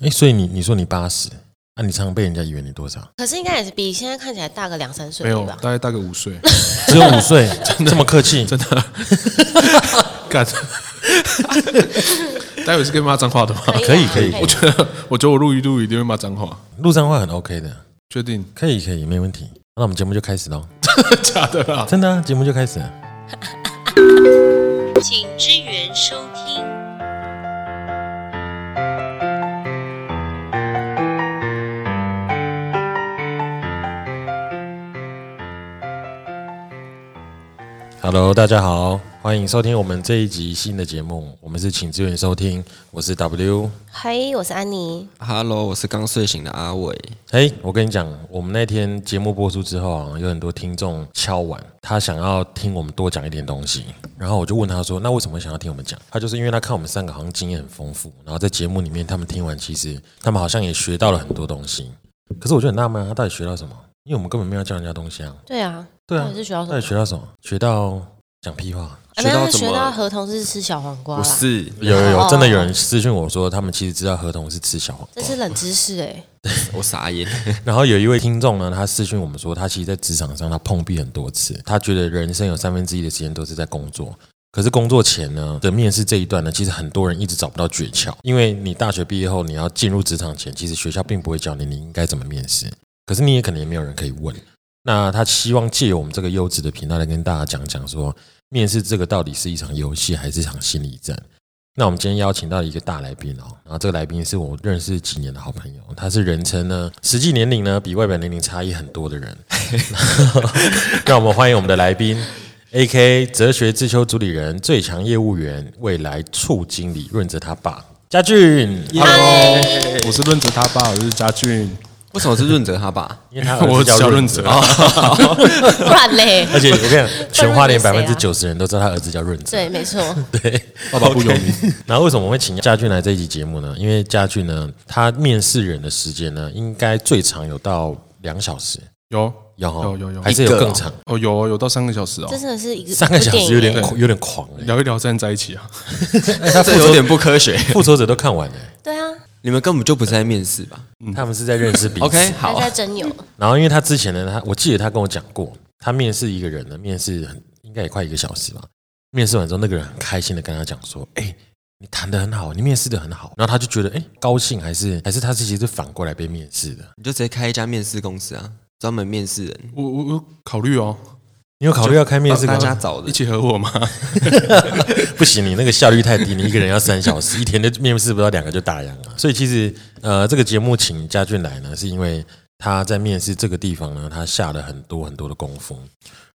哎，所以你你说你八十，那你常常被人家以为你多少？可是应该也是比现在看起来大个两三岁没有，吧？大概大概五岁， 只有五岁，这么客气，真的 干。待会是可以骂脏话的吗？可以可以可以我觉得，我觉得我录一录一定会骂脏话，陆上话很 OK 的，确定可以可以，没问题。那我们节目就开始喽，假的啦。真的、啊，节目就开始了。请支援收听。 Hello，大家好，欢迎收听我们这一集新的节目，我们是请支援收听，我是 W。嗨，我是安妮， Hello，我是刚睡醒的阿伟。哎，我跟你讲，我们那天节目播出之后啊，有很多听众敲碗，他想要听我们多讲一点东西。然后我就问他说：“那为什么想要听我们讲？”他就是因为他看我们三个好像经验很丰富，然后在节目里面他们听完，其实他们好像也学到了很多东西。可是我就很纳闷啊，他到底学到什么？因为我们根本没有教人家东西啊。对啊，对啊到底，是学到什到么底？学到什么？学到讲屁话。啊学到那怎么学到合同是吃小黄瓜不啦，是，有有哦有，真的有人私讯我说，他们其实知道合同是吃小黄这瓜。是冷知识哎。我傻眼。然后有一位听众呢，他私讯我们说，他其实在职场上他碰壁很多次，他觉得人生有三分之一的时间都是在工作。可是工作前呢的面试这一段呢，其实很多人一直找不到诀窍，因为你大学毕业后你要进入职场前，其实学校并不会教你你应该怎么面试，可是你也可能也没有人可以问。那他希望借由我们这个优质的频道来跟大家讲讲说，面试这个到底是一场游戏还是一场心理战？那我们今天邀请到一个大来宾哦，然后这个来宾是我认识几年的好朋友，他是人称呢实际年龄呢比外表年龄差异很多的人。 让我们欢迎我们的来宾，A K 哲学之丘主理人、最强业务员、未来处经理润泽他爸家俊， Hello，我是润泽他爸，我是家 俊，为什么是润泽 他爸？因为他儿子我叫叫润润泽泽，， 不然嘞，而且我跟 你讲，全花莲不百然分润之泽啊九十人都知道他儿子叫润泽。对，没错，爸爸不有名，然后为什么我会请家俊来这一集节目呢？因为家俊呢，他面试人的时间呢，应该最长有到两小时。有有哦有有有还是有更长，哦有有到三个小时哦这，真的是一个三个小时有点一部电影欸有点狂哎、聊一聊再在一起啊，这有点不科学。复仇者都看完了、欸对啊，你们根本就不是在面试吧嗯他们是在认识彼此。 ？OK，还好啊在，真有，然后因为他之前呢，他我记得他跟我讲过，他面试一个人呢，面试很应该也快一个小时吧。面试完之后，那个人很开心的跟他讲说：“哎、你谈的很好，你面试的很好。”然后他就觉得哎、高兴还是还是他自己是反过来被面试的。你就直接开一家面试公司啊，专门面试人，我我我考虑哦，你有考虑要开面试大公司家找一的。起合伙嘛， 不行，你那个效率太低，你一个人要三小时，一天的面试不到两个就打烊了。所以其实呃，这个节目请家俊来呢，是因为他在面试这个地方呢，他下了很多很多的功夫。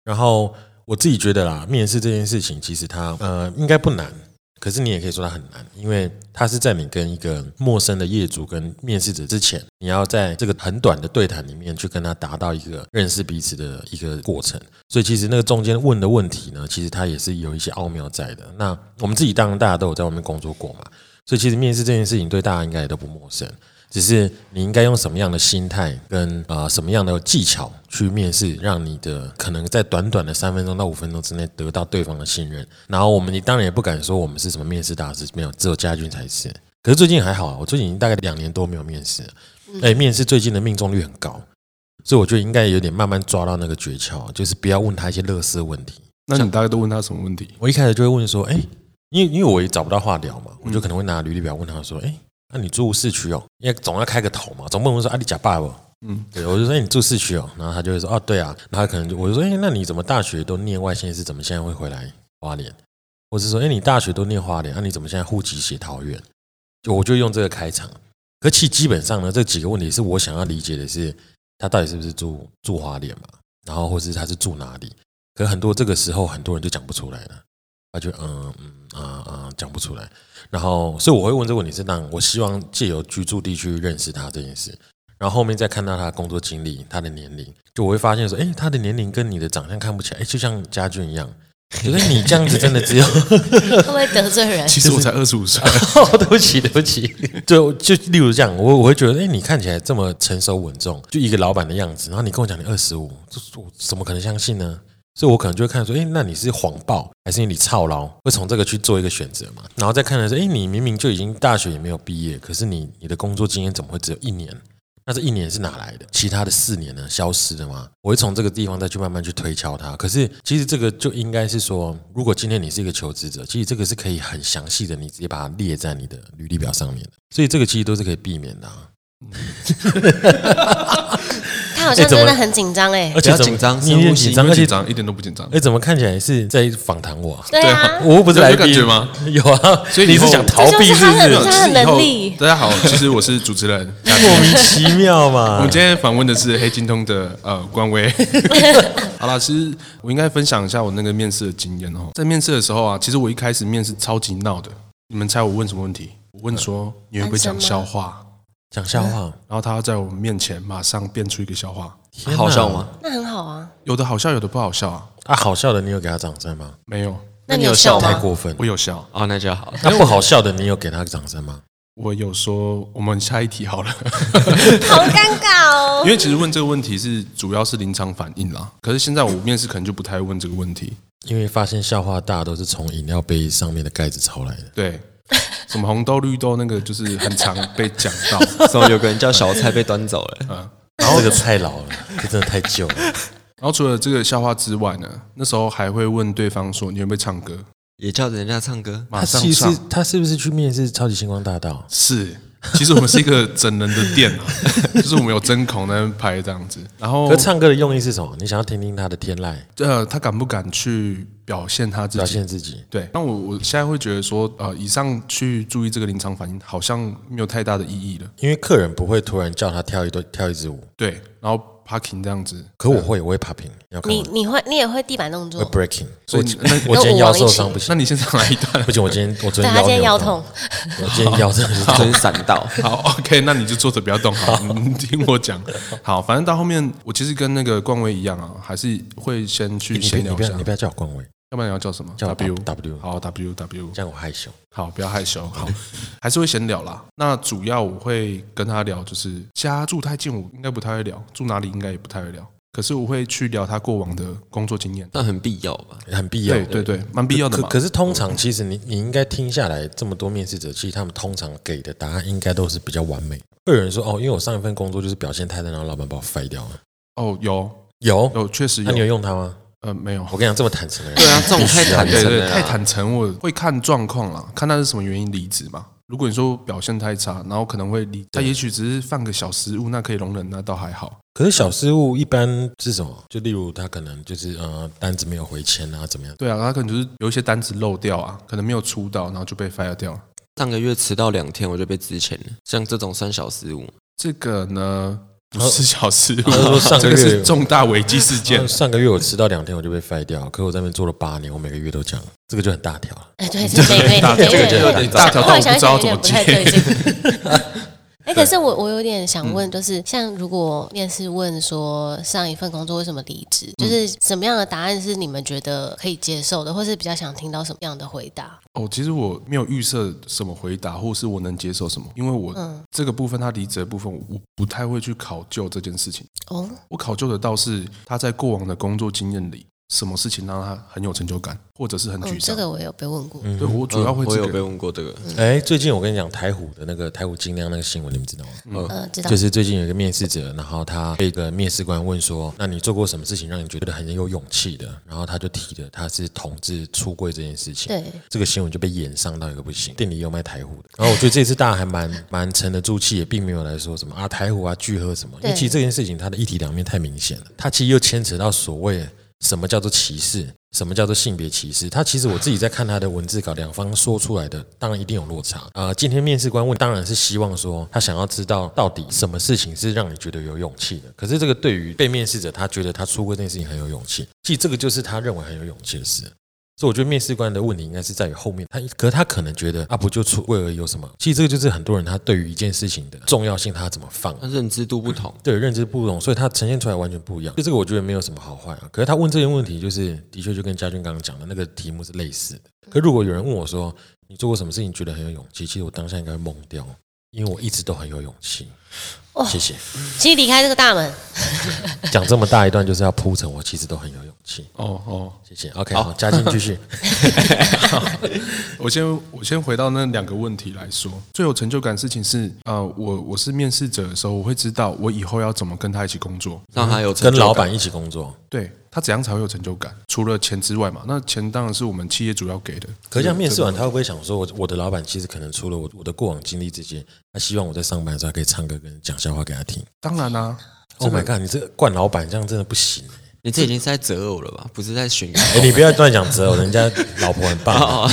然后我自己觉得啦，面试这件事情其实它呃应该不难，可是你也可以说它很难，因为它是在你跟一个陌生的业主跟面试者之前，你要在这个很短的对谈里面去跟他达到一个认识彼此的一个过程。所以其实那个中间问的问题呢，其实它也是有一些奥妙在的。那我们自己当然大家都有在外面工作过嘛，所以其实面试这件事情对大家应该也都不陌生。只是你应该用什么样的心态跟啊、呃什么样的技巧去面试，让你的可能在短短的三分钟到五分钟之内得到对方的信任。然后我们你当然也不敢说我们是什么面试大师，没有，只有家俊才是。可是最近还好啊，我最近已经大概两年多没有面试了，哎，面试最近的命中率很高，所以我觉得应该有点慢慢抓到那个诀窍，啊就是不要问他一些乐色问题。那你大概都问他什么问题？我一开始就会问说，哎、因为因为我也找不到话聊嘛，我就可能会拿履历表问他说，哎、那、你住市区哦？因为总要开个头嘛，总不能说啊你假爸不？嗯嗯，对，我就说、哎你住市区哦，然后他就会说哦对啊，然后他可能就我就说哎、那你怎么大学都念外县市，怎么现在会回来花莲？我是说哎、你大学都念花莲，啊那、你怎么现在户籍写桃园？就我就用这个开场。可其基本上呢，这几个问题是我想要理解的是，他到底是不是住住花莲嘛？然后或是他是住哪里？可很多这个时候很多人就讲不出来了，他就嗯嗯啊啊讲不出来。然后所以我会问这个问题是让我希望借由居住地区认识他这件事，然后后面再看到他的工作经历、他的年龄，就我会发现说，哎，他的年龄跟你的长相看不起来，哎，就像家俊一样。觉得你这样子真的只有，会不会得罪人？其实我才二十五岁，哦，对不起，对不起，就就例如这样，我我会觉得，哎，你看起来这么成熟稳重，就一个老板的样子，然后你跟我讲你二十五，这我怎么可能相信呢？所以我可能就会看说，哎，那你是谎报还是你操劳？会从这个去做一个选择嘛？然后再看的是，哎，你明明就已经大学也没有毕业，可是你你的工作经验怎么会只有一年？那这一年是哪来的？其他的四年呢？消失的吗？我会从这个地方再去慢慢去推敲它。可是其实这个就应该是说，如果今天你是一个求职者，其实这个是可以很详细的，你直接把它列在你的履历表上面的。所以这个其实都是可以避免的、啊。他好哎像怎么真的很紧张哎而，且不要怎么紧张你有 点深呼吸紧不张，会而且紧张，一点都不紧张哎、。怎么看起来是在访谈我、啊？对啊，我又不是来宾有有感觉？有啊， 所以你以后是想逃避这就不是他的是？他的能力以后大家啊好，其实我是主 持人。莫 名其妙嘛。我们今天访问的是黑金通的呃官 微。好啦，其实我应该分享一下我那个面试的经验哦。在面试的时候啊，其实我一开始面试超级闹的。你们猜我问什么问题？我问呃说你会不会讲笑话？讲笑话，啊然后他要在我面前马上变出一个笑话，天哪好笑吗？那很好啊。有的好笑，有的不好笑啊。啊，好笑的你有给他掌声吗？没有，那你你有有笑笑太吗？过分。我有笑，哦，那就好。那不好笑的你有给他掌声吗？我有说我们下一题好了。好尴尬哦 因。为其实问这个问题是主要是临场反应啦，可是现在我面试可能就不太问这个问题。因为发现笑话大家都是从饮料杯上面的盖子抄来的。对，什么红豆绿豆那个就是很常被讲到。 怎么有个人叫小菜被端走了？然后这个太老了， 这真的太旧了。然后除了这个笑话之外呢，那时候还会问对方说你会不会唱歌，也叫人家唱歌，马他上其实上。他是不是去面试超级星光大道？是，其实我们是一个整人的店啊， 就是我们有针孔在那边拍这样子。然后可是唱歌的用意是什么？你想要听听他的天籁，呃，他敢不敢去表现他自表己？现自己。对，那我我现在会觉得说，呃，以上去注意这个临场反应，好像没有太大的意义了。因为客人不会突然叫他跳一段跳一支舞，对，然后 parking 这样子，可我会，我会 popping，你要看你我你会你也会地板动会作？ breaking，所所以以你那我今天腰受伤不那行，你现场来一段不行，我今天我昨对天他腰今天扭腰痛痛，，我今天腰真的是痛。真闪 到。好，OK，那你就坐着不要动，好，你听 我讲。好，反正到后面，我其实跟那个冠威一样啊，还是会先去 你别闲你聊不一要下你，不要叫我冠伟，要不然你要叫什么？叫我 W W 好 W W，这样我害羞。好，不要害羞，好， 还是会闲聊啦。那主要我会跟他聊，就是家住太近，我应该不太会聊；住哪里应该也不太会聊。可是我会去聊他过往的工作经验，那很必要吧？很必要。对对对，蛮必要的可嘛。可是通常，其实你你应该听下来，这么多面试者，其实他们通常给的答案应该都是比较完美。会有人说哦，因为我上一份工作就是表现太烂，然后老板把我废掉了。哦，有有，有，确实那、你有有，用它吗？呃，没有，我跟你讲，这么坦诚的人，对啊，这种太坦对诚对，了，太。坦诚，我会看状况啦，看他是什么原因离职嘛。如果你说表现太差，然后可能会离，他也许只是犯个小失误，那可以容忍，那倒还好。可是小失误一般是什么？就例如他可能就是呃单子没有回签啊，怎么样？对啊，他可能就是有一些单子漏掉啊，可能没有出到，然后就被 fire 掉了。上个月迟到两天，我就被支钱了。像这种三小时五，这个呢不是哦小失误，啊他说上个这月个是重大危机事件上。啊上个月我迟到两天我就被废掉，可我在那边做了八年，我每个月都讲，这个就很大条啊了。哎，对，这这大这这个就有点大条后到来我不想知想有道怎点么不太对接。嗯劲。 哎、可是我我有点想问，就是、像如果面试问说上一份工作为什么离职，就是嗯什么样的答案是你们觉得可以接受的，或是比较想听到什么样的回答？哦，其实我没有预设什么回答，或是我能接受什么，因为我、嗯这个部分他离职的部分，我不太会去考究这件事情。哦，我考究的倒是他在过往的工作经验里，什么事情让他很有成就感，或者是很嗯，沮这丧。嗯个我有被问过。对我主要会我嗯这有被个，问过这个，哎，最近我跟你讲台虎的那个台虎精酿那个新闻，你们知道吗？嗯、知道。就是最近有一个面试者，然后他被一个面试官问说：“那你做过什么事情让你觉得很有勇气的？”然后他就提的他是同志出柜这件事情。对，这个新闻就被延上到一个不行。店里也有卖台虎的，然后我觉得这次大家还蛮 蛮沉得住气，也并没有来说什么啊台虎啊聚合什么，因为对其实这件事情它的一体两面太明显了，它其实又牵扯到所谓什么叫做歧视。什么叫做性别歧视？它其实我自己在看他的文字稿，两方说出来的当然一定有落差。呃，今天面试官问，当然是希望说他想要知道到底什么事情是让你觉得有勇气的。可是这个对于被面试者，他觉得他出过这件事情很有勇气，其实这个就是他认为很有勇气的事。所以我觉得面试官的问题应该是在于后面，他可是他可能觉得啊，不就出柜而已有什么？其实这个就是很多人他对于一件事情的重要性，他怎么放。那认知度不同，对认知不同，所以他呈现出来完全不一样。就这个，我觉得没有什么好坏啊。可是他问这些问题，就是的确就跟嘉俊刚刚讲的那个题目是类似的。可如果有人问我说你做过什么事情觉得很有勇气，其实我当下应该会懵掉，因为我一直都很有勇气。哇，谢谢。其实离开这个大门，讲这么大一段就是要铺陈，我其实都很有勇气。哦哦，谢谢。OK，好，嘉欣继续。我先我先回到那两个问题来说，最有成就感的事情是，呃，我我是面试者的时候，我会知道我以后要怎么跟他一起工作，让他有成跟就老感板一起工作，对他怎样才会有成就感？除了钱之外嘛，那钱当然是我们企业主要给的。可是像面试完，他会不会想说，我我的老板其实可能除了我我的过往经历这些，他希望我在上班的时候还可以唱歌跟讲笑话给他听。当然啊啦、 Oh my god！你这个惯老板这样真的不行。哦你这已经是在择偶了吧？不是在 选 人。哎，你不要乱讲择偶，人家老婆很 棒。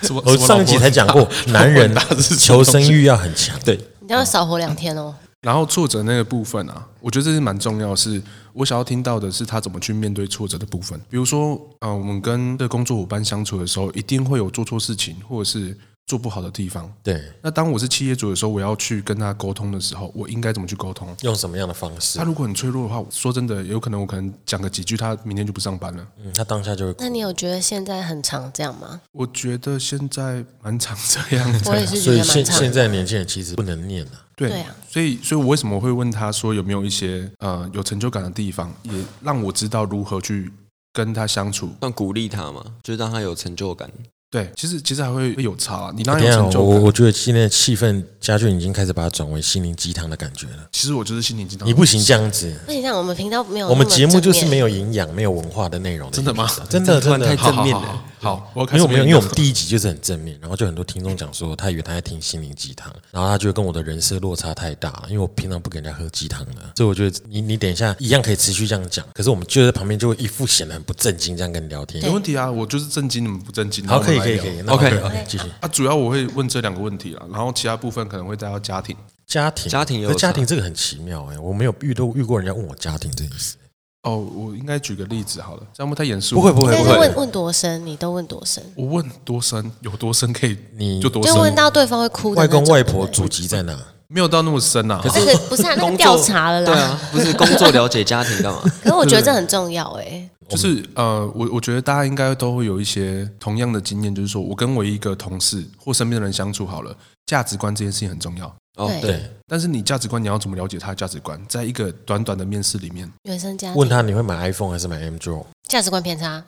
什么？我哦什么上一集才讲 过，男人求生欲要很强。对，你嗯要少活两天哦。然后挫折那个部分啊，我觉得这是蛮重要的是。我想要听到的是他怎么去面对挫折的部分。比如说，呃，我们跟的工作伙伴相处的时候，一定会有做错事情或者是做不好的地方。对，那当我是企业主的时候，我要去跟他沟通的时候，我应该怎么去沟通？用什么样的方式他？如果很脆弱的话，说真的，有可能我可能讲个几句，他明天就不上班了。嗯，他当下就会哭那。你有觉得现在很常这样吗？我觉得现在蛮常这样我也的，是觉所以得蛮现常现。在年轻人其实不能念啊。对对啊所以所以我为什么会问他说有没有一些呃有成就感的地方，也让我知道如何去跟他相处。算鼓励他嘛，就是让他有成就感。对，其实其实还会会有差啊，你让等他一有下，成就我感。我觉得现在的气氛，家俊已经开始把它转为心灵鸡汤的感觉了。其实我就是心灵鸡汤，你不行这样子，不行，像我们频道没有，我们节目就是没有营养、没有文化的内容。真的吗 真 的真突然的太好正面好了。好，好我因为我没们有，因为我们 第一集就是很正面，然后就很多听众讲说，他以为他在听心灵鸡汤，然后他觉得跟我的人设落差太大了，因为我平常不给人家喝鸡汤的，所以我觉得你你等一下一样可以持续这样讲，可是我们就在旁边就会一副显得很不正经这样跟你聊天没。问题啊，我就是正经，你们不正经。好，然后可以我们可以来可聊以那 OK， OK，继续啊，主要我会问这两个问题啦，然后其他部分可能会带到家庭。家庭家庭有可是家差庭这个很奇妙哎，我没有遇到遇过人家问我家庭这件事，哦，我应该举个例子好了，这样不太严肃。不会不会但不是会，问问多深，你都问多深，我问多深，有多深可以你就多就问深，到对方会哭的外那种。公外婆对嗯祖籍在哪？没有到那么深啊。那个不是啊，那个工作调查了对啦。啊，不是工作了解家庭干 嘛？可是我觉得这很重要哎、就是呃，我我觉得大家应该都会有一些同样的经验，就是说我跟我一个同事或身边的人相处好了，价值观这件事情很重要。哦，对对，但是你价值观，你要怎么了解他的价值观？在一个短短的面试里面，原生家庭问他你会买 iPhone 还是买 Android？价值观偏差。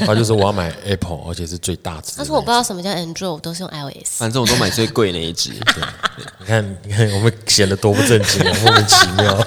他就说我要买 Apple，而且是最大只的那种。他说我不知道什么叫 Android，我都是用 iOS。反正我都买最贵那一 只。你看，你看，我们显得多不正经啊，莫名其 妙。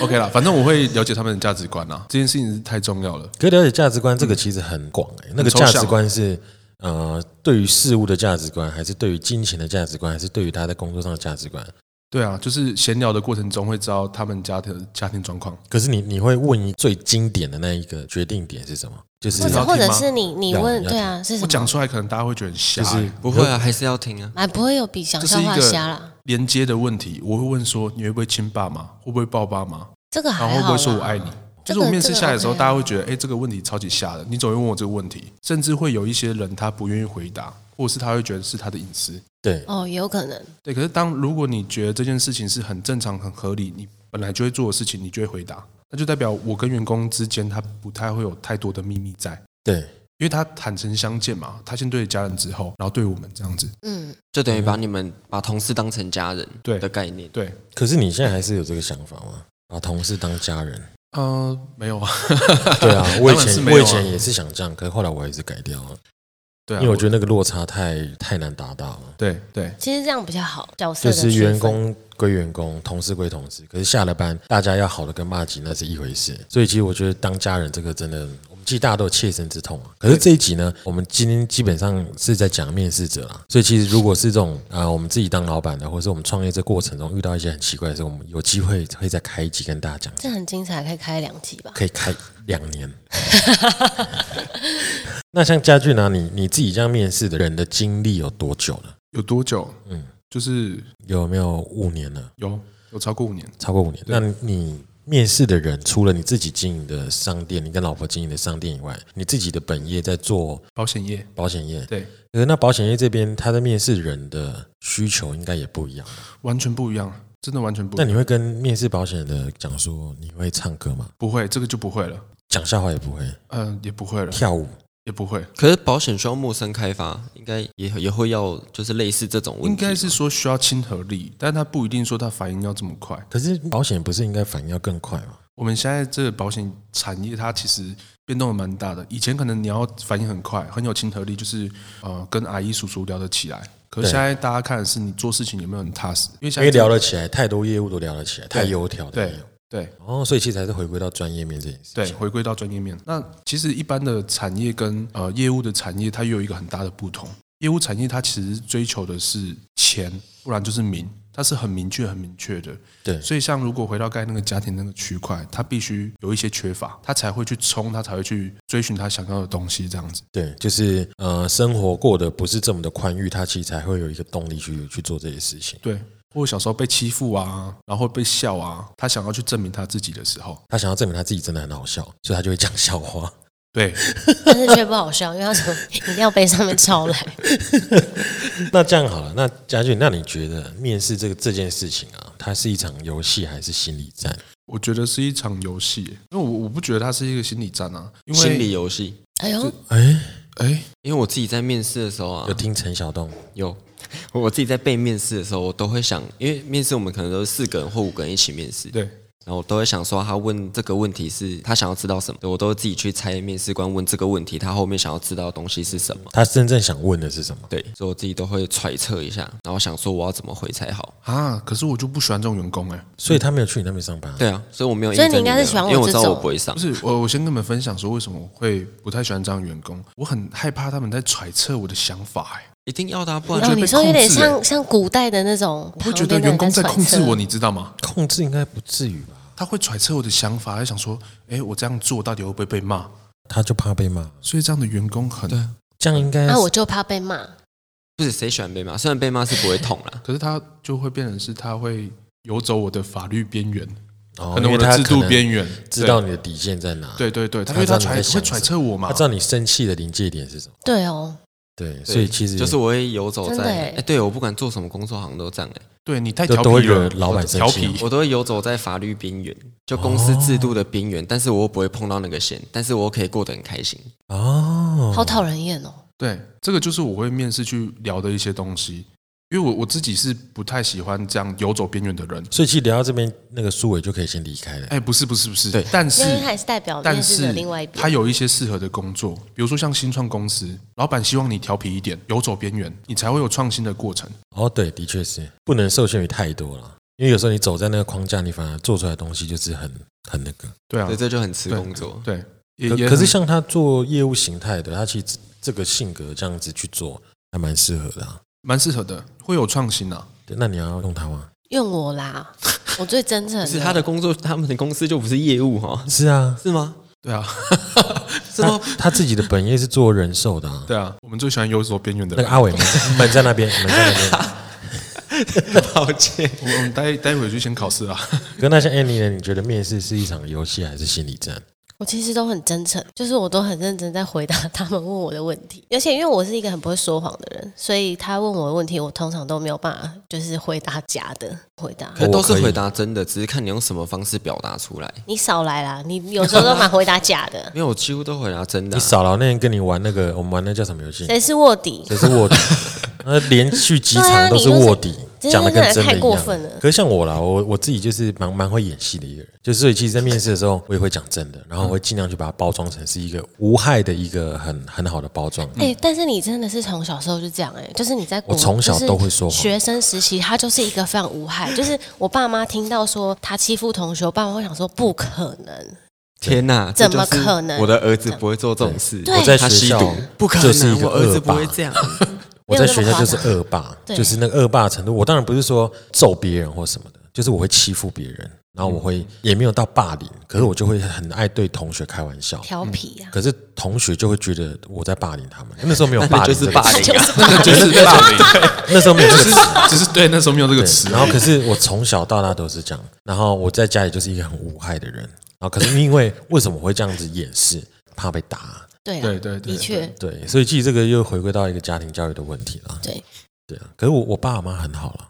OK 啦，反正我会了解他们的价值观啊啦，这件事情是太重要了。可是了解价值观这个其实很广哎、那个价啊值观是呃，对于事物的价值观，还是对于金钱的价值观，还是对于他在工作上的价值观？对啊，就是闲聊的过程中会知道他们家的家庭状况。可是你你会问一最经典的那一个决定点是什么？就是或你者或要听吗者是你你要问要对啊是什我讲么？出来，可能大家会觉得很瞎、欸。不会啊，还是要听啊。哎，不会有比讲这笑是一话瞎啦个，连接的问题。我会问说，你会不会亲爸妈？会不会抱爸妈？这个然后还会不好会说我啦。爱你？这就个是我面试下来的时候，这个 OK 啊大家会觉得，哎，这个问题超级瞎的。你总会问我这个问题，甚至会有一些人他不愿意回答，或者是他会觉得是他的隐私。对，哦，有可能，对，可是当如果你觉得这件事情是很正常、很合理，你本来就会做的事情，你就会回答，那就代表我跟员工之间他不太会有太多的秘密在，对，因为他坦诚相见嘛，他先对家人之后，然后对我们这样子。嗯，就等于把你们把同事当成家人对的概念。对，可是你现在还是有这个想法吗？把同事当家 人？呃，没有啊，对啊，我以当然是前没我有啊以前也是想这样，可是后来我还是改掉了，对啊，因为我觉得那个落差太太难达到了。对对其实这样比较好，角就色的是区分员工归员工，同事归同事，可是下了班大家要好的跟骂级那是一回事。所以其实我觉得当家人这个真的，我们其实大家都有切身之痛啊。可是这一集呢，我们今天基本上是在讲面试者啊啦，所以其实如果是这种啊、我们自己当老板的，或者是我们创业这过程中遇到一些很奇怪的事，我们有机会会再开一集跟大家讲，这很精彩，可以开两集吧。 可以开两年。那像家俊呢、啊你你自己这样面试的人的经历有多久了？有多久？嗯，就是有没有五年了？有有超过五年。超过五年。那你面试的人，除了你自己经营的商店，你跟老婆经营的商店以外，你自己的本业在做保险业，保险业，对，可是那保险业这边，他在面试人的需求应该也不一样。完全不一样，真的完全不一那样。你会跟面试保险的讲说你会唱歌吗？不会，这个就不会了，讲笑话也不会，嗯、也不会了，跳舞也也不会，可是保险需要陌生开发，应该也也会要就是类似这种问应题。该是说需要亲和力，但它不一定说它反应要这么快。可是保险不是应该反应要更快吗？我们现在这个保险产业，它其实变动的蛮大的。以前可能你要反应很快，很有亲和力，就是呃跟阿姨叔叔聊得起来。可是对现在大家看的是你做事情有没有很踏实，因为现因在为这聊个得起来，太多业务都聊得起来，太油条的对没有。对哦，所以其实还是回归到专业面这件事。对，回归到专业面。那其实一般的产业跟呃业务的产业，它又有一个很大的不同。业务产业它其实追求的是钱，不然就是名，它是很明确、很明确的。对所以，像如果回到刚才那个家庭那个区块，他必须有一些缺乏，他才会去冲，他才会去追寻他想要的东西，这样子。对，就是呃，生活过得不是这么的宽裕，他其实才会有一个动力去去做这些事情。对，或者小时候被欺负啊，然后被笑啊，他想要去证明他自己的时候，他想要证明他自己真的很好笑，所以他就会讲笑话。 对，但是却不好笑，因为他从饮料杯上面抄来。那这样好了，那佳俊，那你觉得面试这个这件事情啊，它是一场游戏还是心理战？我觉得是一场游戏，因为我我不觉得它是一个心理战啊，因为心理游戏。哎呦，哎，哎，因为我自己在面试的时候啊有，听陈晓东有 我自己在被面试的时候，我都会想，因为面试我们可能都是四个人或五个人一起面试，对，然后我都会想说，他问这个问题是他想要知道什么，我都会自己去猜面试官问这个问题，他后面想要知道的东西是什么。他真正想问的是什么？对，所以我自己都会揣测一下，然后想说我要怎么回才好。啊，可是我就不喜欢这种员工哎、所以他没有去你那边上班啊、对啊，所以我没有应所以征你那个。应该是喜欢我因为我知道这我种不会上不。是我，我先跟你们分享说为什么我会不太喜欢这样的员工，我很害怕他们在揣测我的想法哎、一定要的、啊，不然然后就你被说有控点制、欸。像像古代的那种，我会觉得员工在控啊制我，你知道吗？控制应该不至于吧？他会揣测我的想法，他想说，哎，我这样做到底会不会被骂？他就怕被骂，所以这样的员工很，，这样应该那、啊、我就怕被骂。不是谁喜欢被骂，虽然被骂是不会痛啦可是他就会变成是他会游走我的法律边缘，哦可因能我为的他制度边缘，知道你的底线在哪。对。对对对，他他因为知他道你在揣想会揣测我嘛，他知道你生气的临界点是什么，对哦，对，对所以其实就是我会游走真的在，哎、欸对，我不管做什么工作，好像都这样哎、对你太都调都会皮惹了，老板生调气啊皮，我都会游走在法律边缘，就公司哦制度的边缘，但是我又不会碰到那个线，但是我可以过得很开心。哦，好讨人厌哦。对，这个就是我会面试去聊的一些东西，因为我我自己是不太喜欢这样游走边缘的人。所以其实聊到这边，那个苏伟就可以先离开了。哎，不是不是不是对，但因是为他也是代表但面试是的另外一边他。有一些适合的工作，比如说像新创公司，老板希望你调皮一点，游走边缘，你才会有创新的过程。哦，对，的确是不能受限于太多了，因为有时候你走在那个框架，你反而做出来的东西就是很很那个。对啊对，，这就很吃工作。对，也也可很可是像他做业务形态的，他其实这个性格这样子去做，还蛮适合的、啊。蛮适合的，会有创新啊。对，那你要用他吗？用我 啦，我最真诚。可是他的，工作， 他们的公司就不是业务哈、是啊，是吗？对 啊，是他吗？他自己的本业是做人寿的、啊。对啊，我们最喜欢游走边缘的那个人。阿伟门 门在那边，门在那 边。 抱歉，我我们待待会去先 考试啊。跟那像 Annie 呢？你觉得面试是一场游戏还是心理战？啊我其实都很真诚，就是我都很认真在回答他们问我的问题。而且因为我是一个很不会说谎的人，所以他问我的问题，我通常都没有办法就是回答假的回答。可是都我是可以回答真的，只是看你用什么方式表达出来。你少来啦，你有时候都蛮回答假 的。没有，我几乎都回答真的、你啊。少了那天跟你玩那个，我们玩那叫什么游戏？谁是卧底？这是卧 底，那连续几场都是卧底，对啊你就是讲的跟真的真的一太样过分了。可是像我啦，我我自己就是蛮蛮会演戏的一个人，就是所以其实，在面试的时候，我也会讲真的，然后我会尽量去把它包装成是一个无害的一个很很好的包装。哎、但是你真的是从小时候就这样哎、就是你在国我从小都会说谎就是学生时期他就是一个非常无害，就是我爸妈听到说他欺负同学，我爸妈会想说不可能，天哪，怎么这就是可能我的儿子不会做这种事。对我在他学吸校毒，不可就是一能，个我儿子恶不霸会，这样。我在学校就是恶霸，对就是那个恶霸程度。我当然不是说揍别人或什么的，就是我会欺负别人，然后我嗯会也没有到霸凌，可是我就会很爱对同学开玩笑。调皮啊，可是同学就会觉得我在霸凌他们，那时候没有那霸凌就这是个词，霸凌啊！那 就是霸凌，那时候没有这个词，只是对那时候没有这个词啊对，。然后可是我从小到大都是这样，然后我在家里就是一个很无害的人，然后可是因为为什么我会这样子掩饰，怕被打，对啊，对对对的确，对，所以其实这个又回归到一个家庭教育的问题了，对，对啊，可是我我爸妈很好了，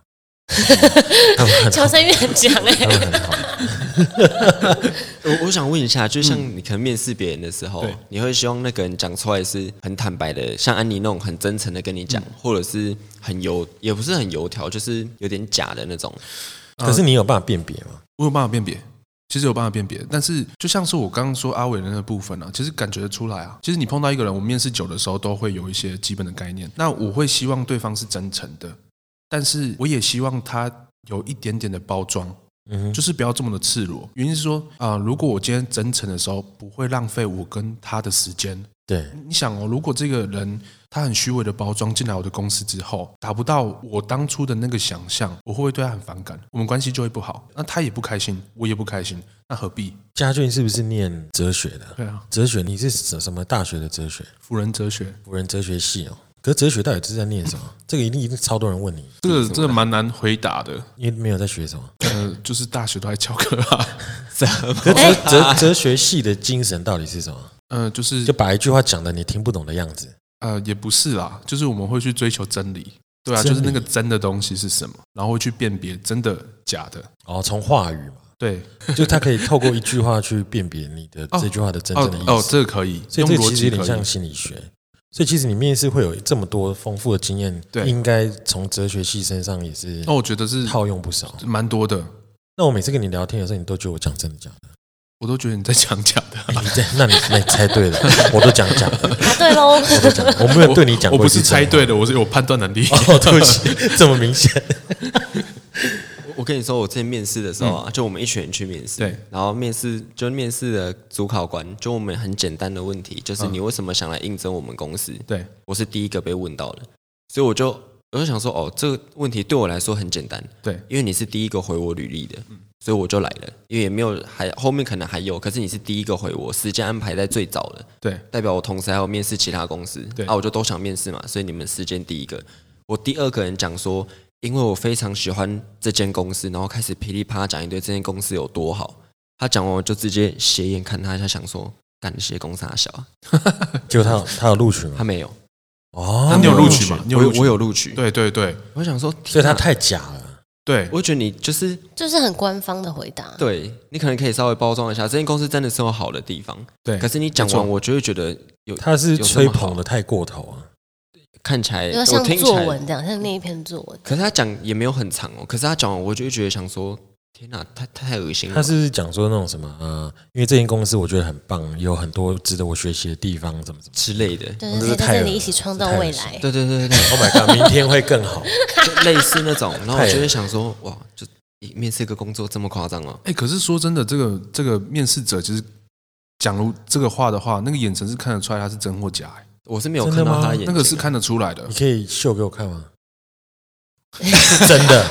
他们很求生欲很强哎、 他们很好， 我我想问一下，就像你可能面试别人的时候对，你会希望那个人讲出来是很坦白的，像安妮那种很真诚的跟你讲，或者是很油，也不是很油条，就是有点假的那种。可是你有办法辨别吗？我有办法辨别，其实有办法辨别，但是就像是我刚刚说阿伟的那个部分啊，其实感觉得出来啊。其实你碰到一个人，我面试久的时候都会有一些基本的概念。那我会希望对方是真诚的，但是我也希望他有一点点的包装，嗯就是不要这么的赤裸。原因是说啊、如果我今天真诚的时候，不会浪费我跟他的时间。对，你想哦，如果这个人他很虚伪的包装进来我的公司之后，达不到我当初的那个想象，我会不会对他很反感？我们关系就会不好，那他也不开心，我也不开心，那何必？家俊是不是念哲学的？对啊，哲学你是什什么大学的哲学？辅人哲学，辅仁哲学系哦。可是哲学到底是在念什么？这个一定一定超多人问你，这个这个蛮难回答的。因为没有在学什么。呃，就是大学都在翘课啊，可哲哲哲学系的精神到底是什么？呃，就是就把一句话讲的你听不懂的样子。呃，也不是啦，就是我们会去追求真理，对啊，真就理是那个真的东西是什么，然后会去辨别真的假的。哦，从话语嘛，对，就他可以透过一句话去辨别你的这句话的真哦正的意思。哦，这个可以，所以这其用逻实有辑点可以像。心理学。所以其实你面试会有这么多丰富的经验，对应该从哲学系身上也是哦那我觉得是套用不少。蛮多的，那我每次跟你聊天的时候，你都觉得我讲真的假的？哎我都觉得你在讲假的。你这那你那你猜对了，我都讲假的，答对喽。 我都讲，我没 有对你讲我过不一句是真话猜对的，我是有判断能力。 哦，对不起，这么明显。我我跟你说，我之前面试的时候啊，就我们一群人去面试，嗯对然后面试就面试的主考官，就我们很简单的问题，就是你为什么想来应征我们公司？嗯对，我是第一个被问到的，所以我就我就想说，哦，这个问题对我来说很简单，对嗯因为你是第一个回我履历的，所以我就来了，因为也没有还后面可能还有，可是你是第一个回我，时间安排在最早的，对代表我同时还有面试其他公司，对啊，我就都想面试嘛，所以你们时间第一个，我第二个人讲说，因为我非常喜欢这间公司，然后开始噼里啪啦讲一堆这间公司有多好，他讲完我就直接斜眼看他一下，想说。干你些公司啊小啊，结果他有他有录取吗他？没有，哦那你有录取吗？你我有录有取？我有录取，对对对我想说，所以他天哪啊太假了。对，我觉得你就是就是很官方的回答。对你可能可以稍微包装一下，这间公司真的是有好的地方。对可是你讲没错完，我就会觉得有他是有吹这么好捧的太过头啊！看起来，就我像听起作来文，这样，像那一篇作文。可是他讲也没有很长哦。可是他讲完，我就会觉得想说，天哪，太太恶心了吧。他是不是讲说那种什么呃，因为这间公司我觉得很棒，有很多值得我学习的地方，怎么怎么。之类的，对这对是对，太在这恶里一起创造太恶未心来。对对 对对对， Oh my god，明天会更好。就类似那种。然后我就太会想说，哇，就面试一个工作这么夸张哦？哎，可是说真的，这个这个面试者其实讲如这个话的话，那个眼神是看得出来他是真或假，哎我是没有真看的到吗他的眼睛，啊那个是看得出来的你。可以秀给我看吗？真的，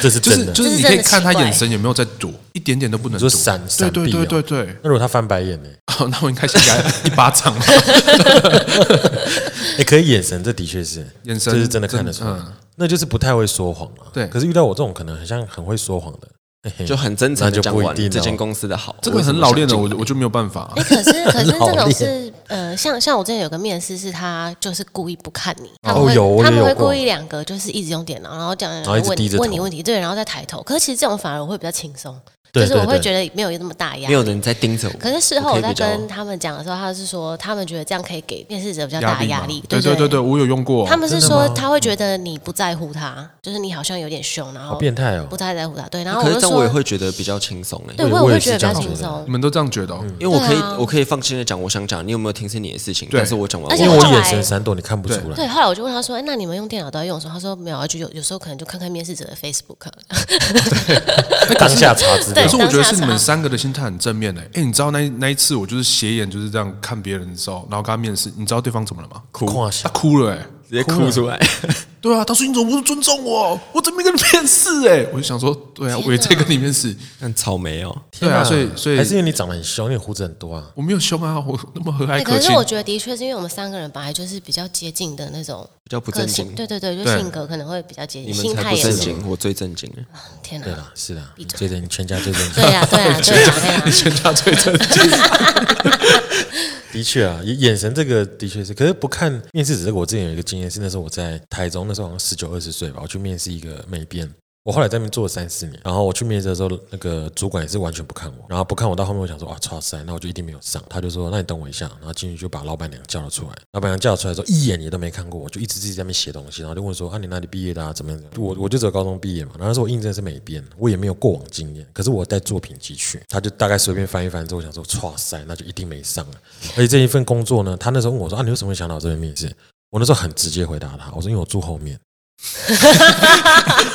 这是就真是的。就是，你这是可真的以看他奇怪眼神有没有在躲，一点点都不能你说躲。闪对闪对避对哦对对。那如果他翻白眼呢？哦，那我应该先给他一巴掌吧。哎，可以眼神，这的确是眼神这是真的看得出来嗯，那就是不太会说谎了。对可是遇到我这种可能很像很会说谎的，嘿嘿就很真诚那的就讲不一完定这哦间公司的好。这个为什很么老想练的，哦进我来我就没有办法哎，。 可是可是老这种练是呃，像像我之前有个面试是他就是故意不看你，他哦们会、有我也他们有会过故意两个就是一直用电脑，然后讲后一直问低你着头问你问题，对，然后再抬头。可是其实这种反而我会比较轻松，对就是对我会对觉得没有那么大压没有力。人在盯着我。可是事后我可以在比较跟他们讲的时候，他是说他们觉得这样可以给面试者比较压大力的嘛压力，对对对对对，。我有用过。他们真是的说吗嗯他会觉得你不在乎他，就是你好像有点凶，然好后变态哦不。太在乎他。对，然后可我是就这样说，我也会觉得比较轻松哎。对，啊我也我也我也会是觉得比这较样轻觉得松你。们都这样觉得哦？因为我可以对啊，我可以放心的讲我想讲，你有没有听是你的事情，对但是我讲完，而且因为我我后眼来神闪躲，你看不出来。对，后来我就问他说：“哎、那你们用电脑都在用什么？”他说：“没有啊，就有有时候可能就看看面试者的 Facebook。啊当下查资料对可是我觉得当下是你查们三个的心态很正面诶。哎，你知道那一那一次我就是斜眼就是这样看别人的时候，然后跟他面试，你知道对方怎么了吗？哭他哭了哎。直接哭出 来。对啊，他说你怎么不尊重我？我怎么没跟你面试？哎，我就想说，对啊，我也在跟你面试。但草莓哦，对啊，所以所以还是因为你长得很凶，你胡子很多啊。我没有凶啊，我那么和蔼哎可可是亲。我觉得的确是因为我们三个人本来就是比较接近的那种比较不个正性，经。对对对，就对性格可能会比较接你近，们心才态不也正是。经，我最正经了。天对 哪！啦，是啦，最近全家最近对呀，对呀，对呀，对啊呀。 全家最正经。的确啊，眼眼神这个的确是，可是不看面试只是我之前有一个经验是，那时候我在台中，那时候好像十九二十岁吧，我去面试一个美编，我后来在那边做了三四年，然后我去面试的时候，那个主管也是完全不看我，然后不看我到后面，我想说啊，超塞，那我就一定没有上。他就说，那你等我一下，然后进去就把老板娘叫了出来。老板娘叫了出来之后，一眼也都没看过我，就一直自己在那边写东西，然后就问说啊，你哪里毕业的啊？怎么样？怎么样我我就只有高中毕业嘛，然后那时候我应征是美编，我也没有过往经验，可是我带作品集去，他就大概随便翻一翻之后，我想说，哇塞，那就一定没上了。而且这一份工作呢，他那时候问我说啊，你为什么会想到这边面试？我那时候很直接回答他，我说因为我住后面。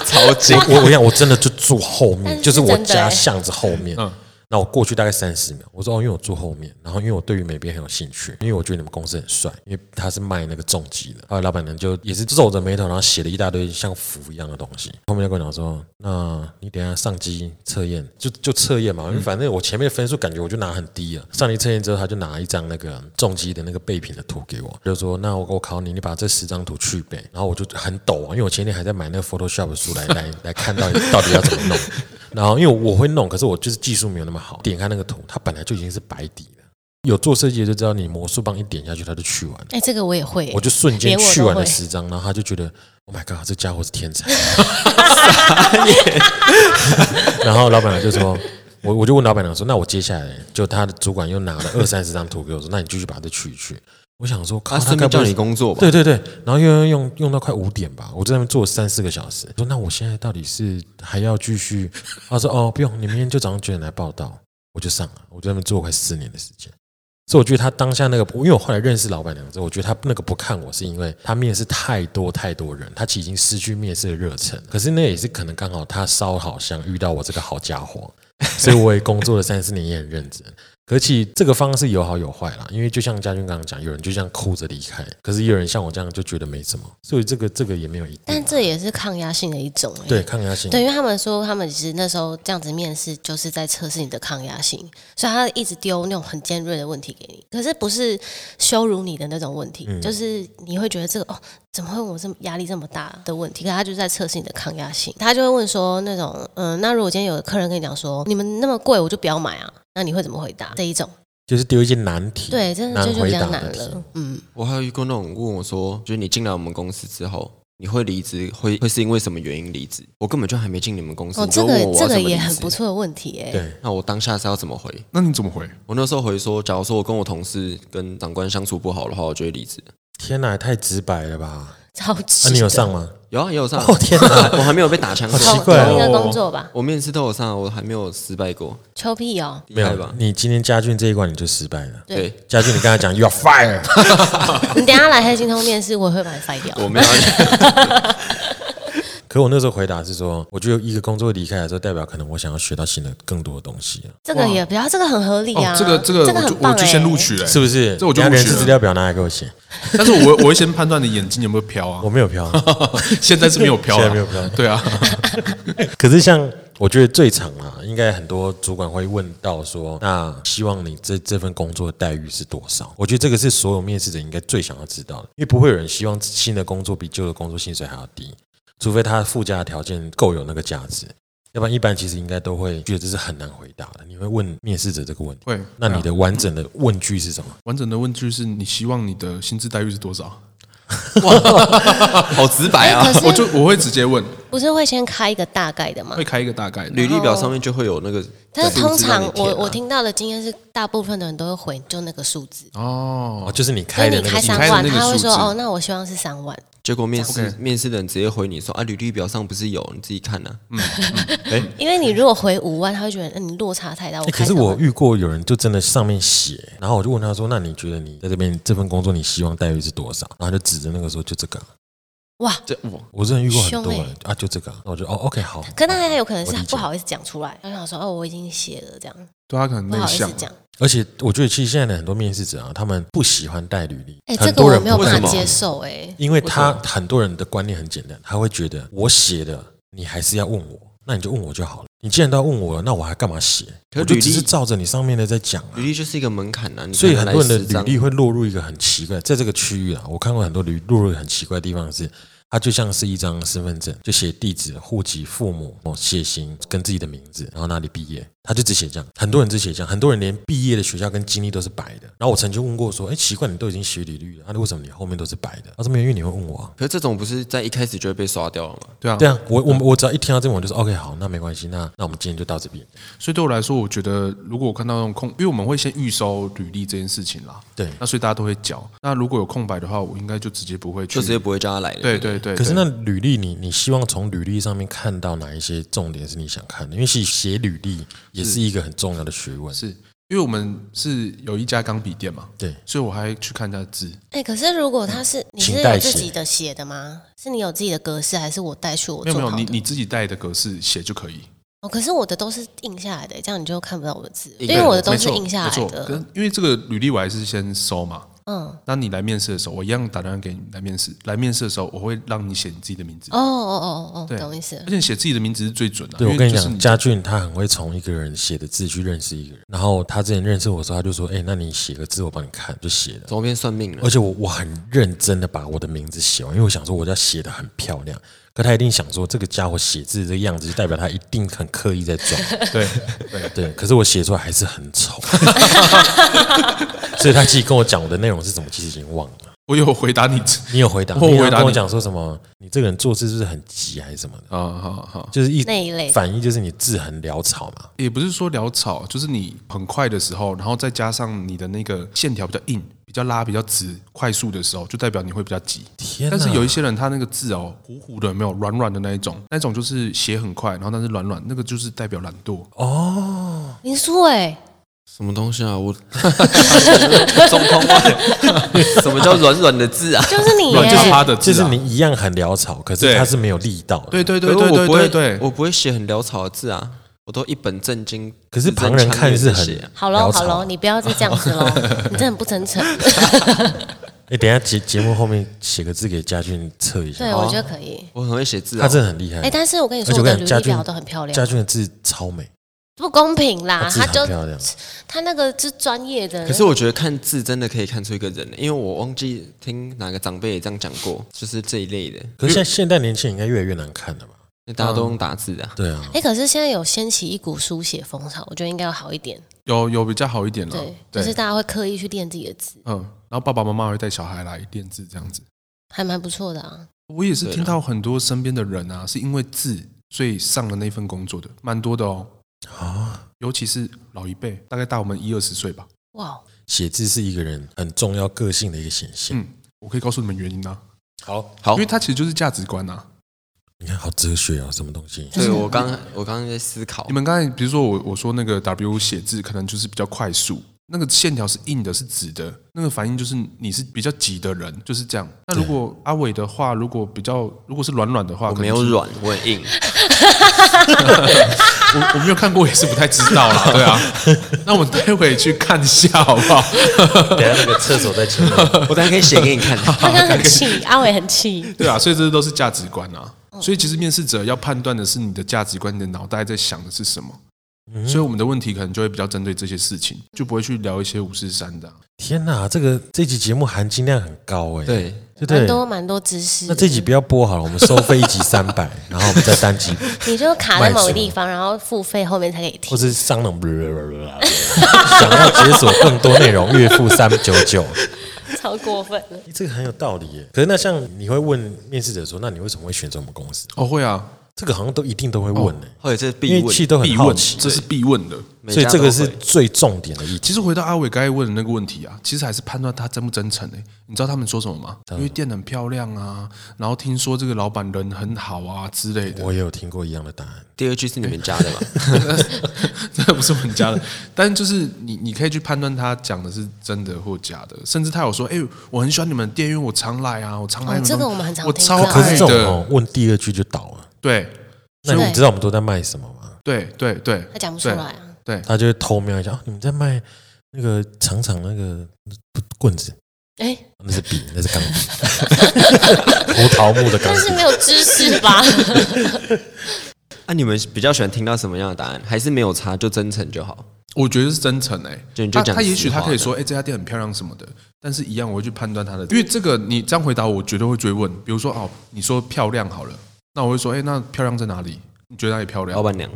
超紧，我我想我真的就住后但面，是就是是我真的家欸巷子后面。嗯那我过去大概三十秒，我说哦，因为我住后面，然后因为我对于美编很有兴趣，因为我觉得你们公司很帅，因为他是卖那个重机的。后来老板娘就也是皱着眉头，然后写了一大堆像符一样的东西。后面就跟我讲说，那你等一下上机测验，就就测验嘛，因为反正我前面分数感觉我就拿很低了。上机测验之后，他就拿一张那个重机的那个备品的图给我，就说那我我考你，你把这十张图去背。然后我就很抖啊，因为我前天还在买那个 Photoshop 的书来来来看到底到底要怎么弄。然后因为我会弄，可是我就是技术没有那么好。点开那个图，它本来就已经是白底了。有做设计的就知道，你魔术棒一点下去，它就去完了。哎、这个我也会、我就瞬间连我都去完了会十张，然后他就觉得，Oh my god，这家伙是天才。 然后老板娘就说，我我就问老板娘说，那我接下来就他的主管又拿了二三十张图给我说，那你继续把这取一取。我想说，靠，他顺该便不叫会你工作吧？对对对，然后用用用用到快五点吧，我在那边坐了三四个小时。说那我现在到底是还要继续？他说哦不用，你明天就早上九点来报道，我就上了。我在那边做快四年的时间，所以我觉得他当下那个，因为我后来认识老板娘之后，我觉得他那个不看我是因为他面试太多太多人，他其实已经失去面试的热忱。可是那也是可能刚好他烧好香遇到我这个好家伙，所以我也工作了三四年，也很认真。可其这个方式有好有坏啦，因为就像嘉俊刚刚讲，有人就这样哭着离开，可是也有人像我这样就觉得没什么，所以这个这个也没有一定。啊但这也是抗压性的一种、哎。对抗压性，对，因为他们说他们其实那时候这样子面试，就是在测试你的抗压性，所以他一直丢那种很尖锐的问题给你，可是不是羞辱你的那种问题，嗯就是你会觉得这个哦，怎么会我这么压力这么大的问题？可是他就是在测试你的抗压性，他就会问说那种，嗯、那如果今天有客人跟你讲说你们那么贵，我就不要买啊，那你会怎么回答？这一种，就是丢一些难题，对，真的难就就回比答较的难题了，嗯。我还有遇过那种问我说，就是你进来我们公司之后，你会离职，会会是因为什么原因离职？我根本就还没进你们公司，哦，你就这问个我我这要个怎么也离很职不。错的问题哎、对，那我当下是要怎么回？那你怎么回？我那时候回说，假如说我跟我同事跟长官相处不好的话，我就会离职。天哪，也太直白了吧？超那、级、你有上？吗？有啊，也有上。哦天哪 我还没有被打枪过。好奇怪哦同一个工作吧，我面试都有上，我还没有失败过，丘屁哦，厉没害有吧？你今天嘉俊这一关你就失败了。对，嘉俊，你刚才讲 you are fire，你等一下来黑金通面试，我会把你废掉。我没有要。可我那时候回答是说，我觉得一个工作离开的时候，代表可能我想要学到新的更多的东西啊，这个也比较，这个很合理啊。哦，这个这个我很就棒我就先欸录。取了，是不是？这我就你要录取人事了资料表拿来给我写，但是我我会先判断你眼睛有没有飘啊我，没有飘。现在是没有飘啊，现在没有飘对啊，可是像我觉得最常啊，应该很多主管会问到说，那希望你这这份工作的待遇是多少？我觉得这个是所有面试者应该最想要知道的，因为不会有人希望新的工作比旧的工作薪水还要低，除非他附加的条件够有那个价值。要不然，一般其实应该都会觉得这是很难回答的。你会问面试者这个问题，会。那你的完整的问句是什么？完整的问句是你希望你的薪资待遇是多少？好直白啊！ 哎可哎我就是我会直接问，不是会先开一个大概的吗会？开一个大概的。履历表上面就会有那个，但是通常对数字让你我填啊我听到的经验是，大部分的人都会回就那个数字，哦哦，，就是你就开是的你那开个三开的万，那个他会数字说哦，那我希望是三万。结果面试 OK 面试的人直接回你说啊，履历表上不是有，你自己看啊呐。因为你如果回五万，他会觉得嗯你落差太大。我欸可开是三我万遇过有人就真的上面写，然后我就问他说：“那你觉得你在这边这份工作，你希望待遇是多少？”然后他就指着那个说：“就这个啊。哇，这我”我真的遇过很凶多欸人啊，就这个啊。那我就哦，OK，好。可那还有可能是我理他解不好意思讲出来，他想说哦我已经写了这样，对啊他可能不内好意向思，讲。而且我觉得其实现在的很多面试者啊，他们不喜欢带履历，哎，这很个多我人没有不办喜法欢接受哎。因为他很多人的观念很简单，他会觉得我写的你还是要问我，那你就问我就好了。你既然都要问我了，那我还干嘛写？可我就履只是历照着你上面的在讲啊。履历就是一个门槛啊呐。你所以很多人的看得来十履历张会落入一个很奇怪，在这个区域啊，我看过很多履落入很奇怪的地方是，它就像是一张身份证，就写地址、户籍、父母、哦血型跟自己的名字，然后哪里毕业，他就只写这样，很多人只写这样，很多人连毕业的学校跟经历都是白的。然后我曾经问过说，哎，奇怪，你都已经学理律了，那、为什么你后面都是白的？他说没有，因为你会问我啊。可是这种不是在一开始就会被刷掉了吗？对啊，对啊，我我我只要一听到这种，我就说 OK，好，那没关系，那那我们今天就到这边。所以对我来说，我觉得如果我看到那种空，因为我们会先预收履历这件事情啦，对那所以大家都会缴。那如果有空白的话，我应该就直接不会去，就直接不会叫他来了。对对对。可是那对履历你，你希望从履历上面看到哪一些重点是你想看的？因为写写履历也是一个很重要的学问。是因为我们是有一家钢笔店嘛，对，所以我还去看一下字。哎、可是如果他是你是请代有自写己的写的吗？是你有自己的格式，还是我带去我没有做没好有，的？你你自己带的格式写就可以。哦，可是我的都是印下来的，这样你就看不到我的字，印因为我的都没是错印下没来错的。跟因为这个履历我还是先收嘛。嗯，那你来面试的时候，我一样打电话给你来面试。来面试的时候，我会让你写你自己的名字。哦哦哦哦，对懂意思而。且写自己的名字是最准的、对，我因跟为你就是讲，家俊他很会从一个人写的字去认识一个人。然后他之前认识我的时候，他就说：“哎、那你写个字，我帮你看。”就写了。怎么变算命了而？且我我很认真的把我的名字写完，因为我想说我要写的很漂亮。可他一定想说，这个家伙写字这个样子，就代表他一定很刻意在装。对对对，可是我写出来还是很 丑，所以他其实跟我讲我的内容是什么，其实已经忘了。我有回答你你有回答？我你有回答跟我你讲说什么？你这个人做事是不是很急还是什么的？啊，好好，就是一那一类反应就是你字很潦草嘛。也不是说潦草，就是你很快的时候，然后再加上你的那个线条比较硬、比较拉、比较直、快速的时候，就代表你会比较急。天哪！但是有一些人他那个字哦，糊糊的，有没有软软的那一种，那一种就是写很快，然后但是软软，那个就是代表懒惰。哦，林书伟，什么东西啊？我 总统啊？ 什么叫软软的字啊？就是你软耶就是他的字、就啊，是你一样很潦草，可是对他是没有力道的。对对对可对是对我不对会，对，我不会写很潦草的字啊，我都一本正经。可是旁人看是很字正腔圆地写啊好喽潦好草喽，你不要再这样子 喽，你真的很不真诚。哎，等一下节节目后面写个字给家俊测一下啊对，，哦我觉得可以。我很会写字他。啊真的很厉害哎、。但是我跟你而说，且我我的跟履你讲，历家表俊都很漂家亮，俊的字超美，不公平啦！字他很就漂亮。他那个是专业的，可是我觉得看字真的可以看出一个人，因为我忘记听哪个长辈也这样讲过，就是这一类的，可是现现代年轻人应该越来越难看了吧？因为大嗯家都用打字啊。对啊哎、，可是现在有掀起一股书写风潮，我觉得应该要好一点。有有比较好一点了对，。就是大家会刻意去练自己的字，嗯，然后爸爸妈妈会带小孩来练字这样子。还蛮不错的啊。我也是对啊听到很多身边的人啊，是因为字所以上了那份工作的，蛮多的哦。啊，尤其是老一辈，大概大我们一二十岁吧。哇，写字是一个人很重要个性的一个显现。嗯，我可以告诉你们原因啊，好，好因为，它其实就是价值观啊。你看好哲学啊，什么东西？对我刚我刚刚在思考你，们刚才比如说我我说那个 W 写字可能就是比较快速，那个线条是硬的，是直的，那个反应就是你是比较急的人，就是这样。那如果阿伟的话，如果比较如果是软软的话，我可能没有就是，软，我很硬。我我没有看过也是不太知道啦，对啊。那我们待会去看一下好不 好？等一下那个厕所在前面。我等下可以写给 你看。他刚刚很气，阿伟很 气。对啊，所以这都是价值观啊。所以其实面试者要判断的是你的价值观，你的脑袋在想的是什么。所以我们的问题可能就会比较针对这些事情，就不会去聊一些五四三的啊、天哪，这个这集节目含金量很高哎、对，对蛮对多蛮多知识的，那这集不要播好了，我们收费一集三百，然后我们再单集，你就卡在某卖个书地方，然后付费后面才可以或听。是上那种 想要解锁更多内容，月付三九九。超过分了。这个很有道理耶。可是那像你会问面试者说，那你为什么会选择我们公司？哦，会啊，这个好像都一定都会问的，或者这是因必为问其，实都很哦必好问，奇，这是必问的。哦每所以家这个都是会最重点的一题。其实回到阿伟刚才问的那个问题啊，其实还是判断他真不真诚诶、欸你知道他们说什么吗？因为店很漂亮啊，然后听说这个老板人很好啊之类的，我也有听过一样的答案。第二句是你们 家的嘛？ 这不是我们家的。但是就是你，你可以去判断他讲的是真的或假的，甚至他有说：“哎、我很喜欢你们的店，因为我常来啊，我常来哦你们的。这个我们很常我听超到可是爱这种的。哦，问第二句就倒了。对那对你知道我们都在卖什么吗？对对对他讲不出来啊，对，他就会偷瞄一下，哦，你们在卖那个长长那个棍子，哎，那是笔， 那是 钢笔，葡萄木的钢但是笔。没有知识吧？那啊你们比较喜欢听到什么样的答案？还是没有差就真诚就好？我觉得是真诚哎、就你就他讲他也实许他话可以的说：“哎、这家店很漂亮什么的。”但是一样，我会去判断他的，因为这个你这样回答我，我绝对会追问。比如说哦，你说漂亮好了，那我会说：“哎、那漂亮在哪里？你觉得哪里漂亮老？”板娘，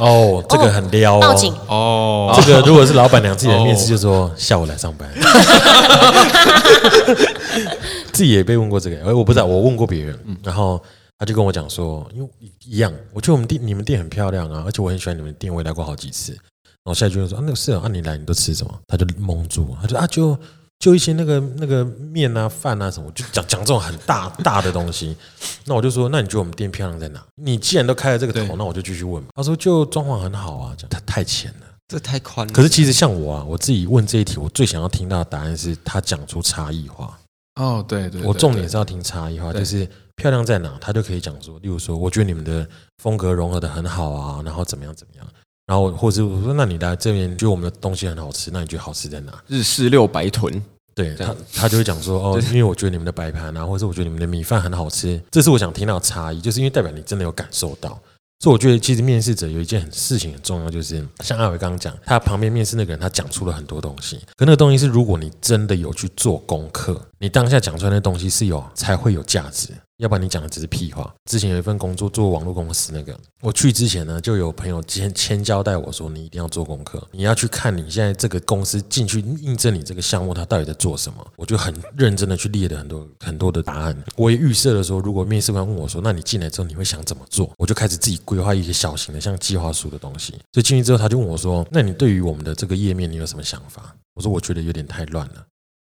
哦，这个很撩哦。报警，哦，这个如果是老板娘自己来面试，就说下午来上班。 自己也被问过这个，哎，我不知道，嗯我问过别人，然后他就跟我讲说，因为一样，我觉得我们店你们店很漂亮啊，而且我很喜欢你们店，我也来过好几次。然后下一句就说啊，那个是啊，啊你来你都吃什么？他就蒙住，他就啊就就一些那个那个面啊饭啊什么，就讲讲这种很大大的东西。 那我就说，那你觉得我们店漂亮在哪？你既然都开了这个头对，那我就继续问嘛。他说就装潢很好啊，讲他太浅了。这太宽了。嗯可是其实像我啊，我自己问这一题，我最想要听到的答案是他讲出差异化。哦，对对，对我重点对是要听差异化，对就是漂亮在哪，他就可以讲说，例如说，我觉得你们的风格融合的很好啊，然后怎么样怎么样，然后或者我说，那你来这边觉得我们的东西很好吃，那你觉得好吃在哪？日式六白豚，对他，他就会讲说，哦，因为我觉得你们的白盘啊，或者我觉得你们的米饭很好吃，这是我想听到的差异，就是因为代表你真的有感受到。所以我觉得，其实面试者有一件很事情很重要，就是像阿伟刚刚讲，他旁边面试那个人，他讲出了很多东西。可那个东西是，如果你真的有去做功课，你当下讲出来的东西是有才会有价值，要不然你讲的只是屁话。之前有一份工作做网络公司，那个我去之前呢，就有朋友千千交代我说，你一定要做功课，你要去看你现在这个公司进去印证你这个项目，它到底在做什么。我就很认真的去列了很多很多的答案。我也预设了说，如果面试官问我说，那你进来之后你会想怎么做？我就开始自己规划一些小型的像计划书的东西。所以进去之后，他就问我说，那你对于我们的这个页面你有什么想法？我说我觉得有点太乱了。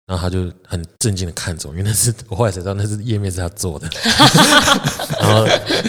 然后他就很震惊的看着我，因为那是我后来才知道那是页面是他做的。 然后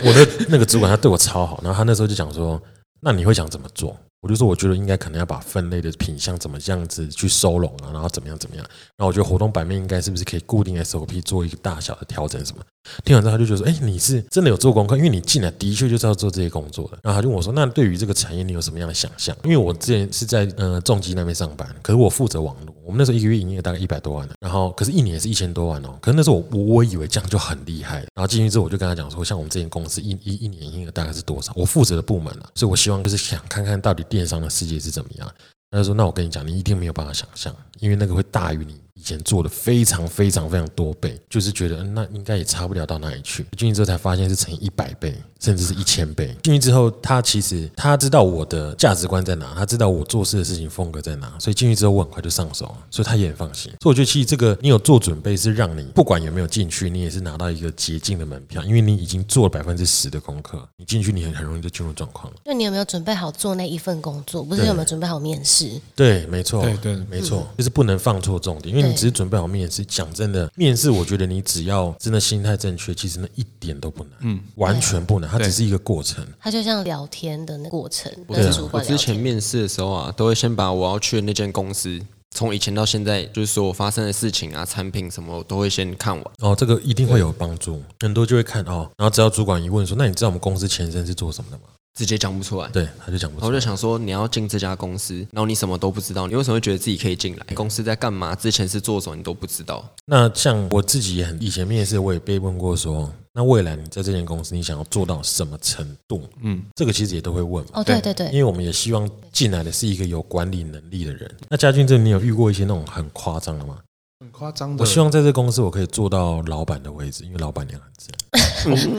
我的那个主管他对我超好，然后他那时候就讲说：“那你会想怎么做？”我就说：“我觉得应该可能要把分类的品相怎么样子去收拢啊，然后怎么样怎么样。然后我觉得活动版面应该是不是可以固定 SOP 做一个大小的调整什么？”听完之后他就觉得说：“哎，你是真的有做功课，因为你进来的确就是要做这些工作的。”然后他就问我说：“那对于这个产业你有什么样的想象？”因为我之前是在呃重机那边上班，可是我负责网络，我们那时候一个月营业大概一百多万，然后可是一年也是一千多万哦。可是那时候我我我以为这样就很厉害，然后进去之后我就跟他讲说，像我们这间公司一一一年营业额大概是多少，我负责的部门啊，所以我希望就是想看看到底电商的世界是怎么样。他就说：“那我跟你讲，你一定没有办法想象，因为那个会大于你以前做的非常非常非常多倍，就是觉得、嗯那应该也差不了到哪里去。进去之后才发现是乘以一百倍，甚至是一千倍。进去之后，他其实他知道我的价值观在哪，他知道我做事的事情风格在哪，所以进去之后我很快就上手了，所以他也很放心。所以我觉得其实这个你有做准备，是让你不管有没有进去，你也是拿到一个捷径的门票，因为你已经做了百分之十的功课，你进去你很很容易就进入状况了。就你有没有准备好做那一份工作？不是有没有准备好面试？对，没错，对对没错，嗯就是不能放错重点，因为你对只是准备好面试。讲真的，面试我觉得你只要真的心态正确，其实那一点都不难，嗯，完全不难，它只是一个过程。它就像聊天的那过程，我跟主我管聊之前天。面试的时候啊，都会先把我要去的那间公司，从以前到现在，就是所有发生的事情啊、产品什么，我都会先看完。哦，这个一定会有帮助，很多就会看哦，然后只要主管一问说，那你知道我们公司前身是做什么的吗？直接讲不出来。对，他就讲不然后出我就来。想说，你要进这家公司，然后你什么都不知道，你为什么会觉得自己可以进来？公司在干嘛？之前是做什么，你都不知 道。那像我自己也很以前面试，我也被问过说，那未来你在这间公司你想要做到什么程度？嗯，这个其实也都会问嘛。哦，对对对因，为我们也希望进来的是一个有管理能力的人。那家俊这你有遇过一些那种很夸张的吗？很夸张的，我希望在这公司我可以做到老板的位置，因为老板娘很正。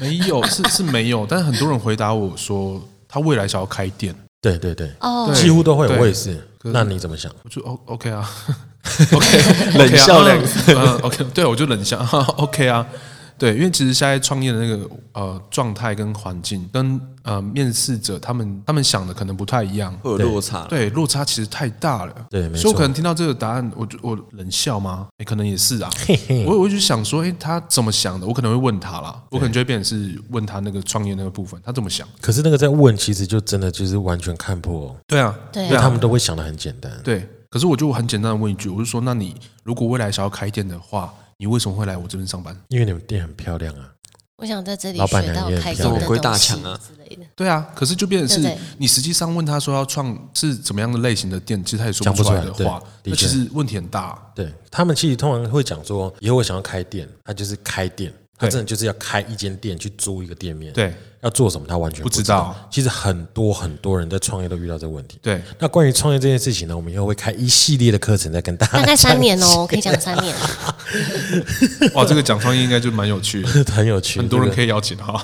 没有是是没有，但很多人回答我说他未来想要开店，对对对，哦，对几乎都会有对我也是。是那你怎么想？我就 O OK 啊，OK，冷笑两次，嗯，OK，对我就冷笑，OK 啊，对，因为其实现在创业的那个呃状态跟环境跟呃面试者他们他们想的可能不太一样， 会有落差。，对，落差其实太大了。对没错所以我可能听到这个答案，我就我冷笑吗？哎，可能也是啊。嘿 嘿我我就想说，哎，他怎么想的？我可能会问他啦，我可能就会变成是问他那个创业那个部分，他怎么想？可是那个在问，其实就真的就是完全看破，哦对啊，对啊因为他们都会想的很简单。对。可是我就很简单的问一句，我就说，那你如果未来想要开店的话，你为什么会来我这边上班？因为你们店很漂亮啊，我想在这里老板学娘到也很开漂心亮的鬼打东西墙啊之类的。对啊，可是就变成对是对你实际上问他说要创是怎么样的类型的店，其实他也说讲不出来出的来对话，的那其确实问题很大啊。对他们其实通常会讲说，以后我想要开店，他就是开店。他对真的就是要开一间店去租一个店面，对，要做什么他完全不知知道其实很多很多人在创业都遇到这个问题。对，那关于创业这件事情呢，我们以后会开一系列的课程再跟大 家大概三年讲哦，可以讲三年。哇，这个讲创业应该就蛮有趣的，很有趣，很多人这个可以邀请哈。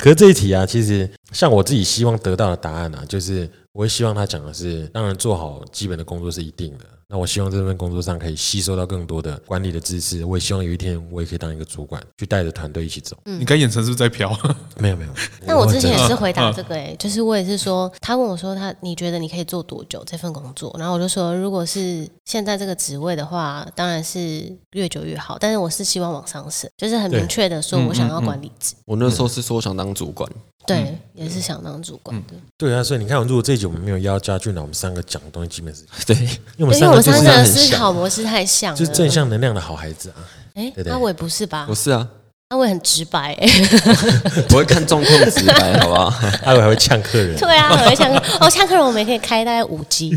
可是这一题啊，其实像我自己希望得到的答案啊，就是我会希望他讲的是，当然做好基本的工作是一定的。那我希望这份工作上可以吸收到更多的管理的知识。我也希望有一天我也可以当一个主管，去带着团队一起走。你刚眼神是不是在飘？没有没有，但嗯我很之真前也实是回答这个、欸，就是我也是说，他问我说他你觉得你可以做多久这份工作？然后我就说，如果是现在这个职位的话，当然是越久越好，但是我是希望往上升，就是很明对嗯确的说我想要管理职，我那时候是说想当主管，嗯对，也是想当主管的。对啊，所以你看，如果这一集我们没有邀家俊来，我们三个讲的东西基本是， 对，因为我们因为三个我们就三是个的很思像考模式太啊像了，就是正向能量的好孩子啊。 哎，对对阿伟不是吧我？是啊，阿伟很直白、欸， 我会看状况直白，好不好？ 阿伟还会呛客人，对啊，我呛客，哦，呛客人我们也可以开大概五 G，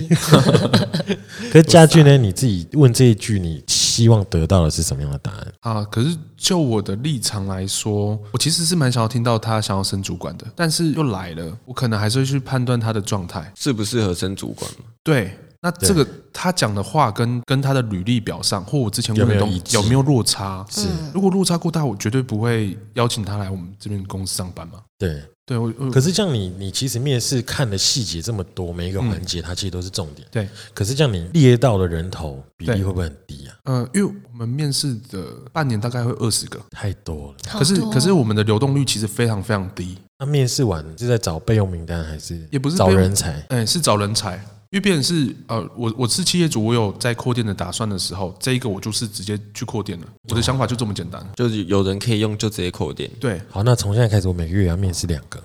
可是家俊呢？你自己问这一句，你希望得到的是什么样的答案？啊，可是就我的立场来说，我其实是蛮想要听到他想要升主管的，但是又来了，我可能还是会去判断他的状态。适不适合升主管嘛？对，那这个他讲的话跟跟他的履历表上，或我之前问有没的有东一西致有没有落差？是嗯如果落差过大，我绝对不会邀请他来我们这边公司上班嘛。对，对，我我可是这样你你其实面试看的细节这么多，每一个环节它其实都是重点。对，可是这样你列到的人头比例对会不会很低啊？呃，因为我们面试的半年大概会二十个，太多了。好可是多哦可是我们的流动率其实非常非常低，那面试完是在找备用名单还是也不是找备用人才？哎，是找人才。因为变成是呃，我我是企业主，我有在扩店的打算的时候，这一个我就是直接去扩店了。我的想法就这么简哦单。就是有人可以用，就直接扣点。对，好，那从现在开始，我每个月也要面试两个，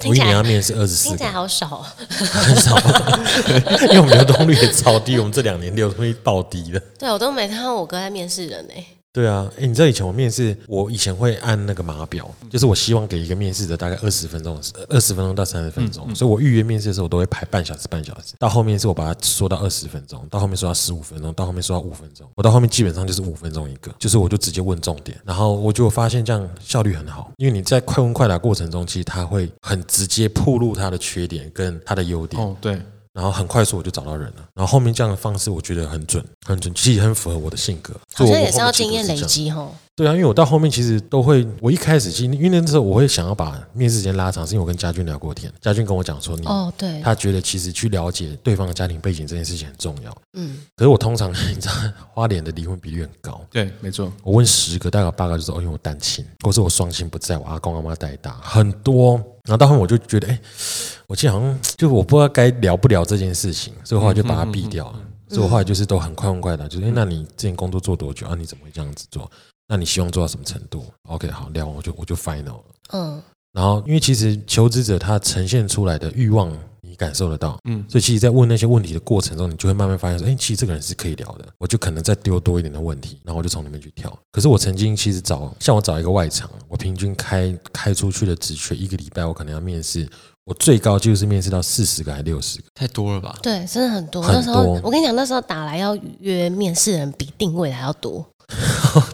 听我一起年要来面试二十四听起来个，好少哦，很少， 因为我们流动率也超低，我们这两年流动率爆低了。对我都没看到我哥在面试人哎、对啊，诶你知道以前我面试，我以前会按那个码表，就是我希望给一个面试者大概二十分钟的时，二十分钟到三十分钟，所以我预约面试的时候，我都会排半小时，半小时。到后面是我把它缩到二十分钟，到后面缩到十五分钟，到后面缩到五分钟，我到后面基本上就是五分钟一个，就是我就直接问重点，然后我就发现这样效率很好，因为你在快问快答过程中，其实他会很直接暴露他的缺点跟他的优点，哦，对，然后很快速我就找到人了，然后后面这样的方式我觉得很准，很准，其实很符合我的性格，好所以像我也是后面要其实经验都累这样积吼。对啊，因为我到后面其实都会，我一开始其实因为那时候我会想要把面试时间拉长，是因为我跟家俊聊过天，家俊跟我讲说你，哦，对，嗯他觉得其实去了解对方的家庭背景这件事情很重要。嗯，可是我通常 你知道，花莲的离婚比率很高，对，没错。我问十个，大概有八个就说哦，因为我单亲，或是我双亲不在我阿公阿妈带大，很多。然后到后面我就觉得，哎，我记得好像就我不知道该聊不聊这件事情，所以我后来就把它避掉了。所以我后来就是都很快问快答，就是哎，那你之前工作做多久啊？你怎么会这样子做？那你希望做到什么程度？OK，好，聊完我就我就 final 了。嗯，然后，因为其实求职者他呈现出来的欲望，你感受得到，嗯所以其实，在问那些问题的过程中，你就会慢慢发现说，哎，其实这个人是可以聊的。我就可能再丢多一点的问题，然后我就从里面去跳。可是我曾经其实找，像我找一个外场，我平均开开出去的职缺，一个礼拜我可能要面试，我最高就是面试到四十个还六十个。 太多了吧？对，真的很多。很那时候多我跟你讲，那时候打来要约面试人比定位的还要多，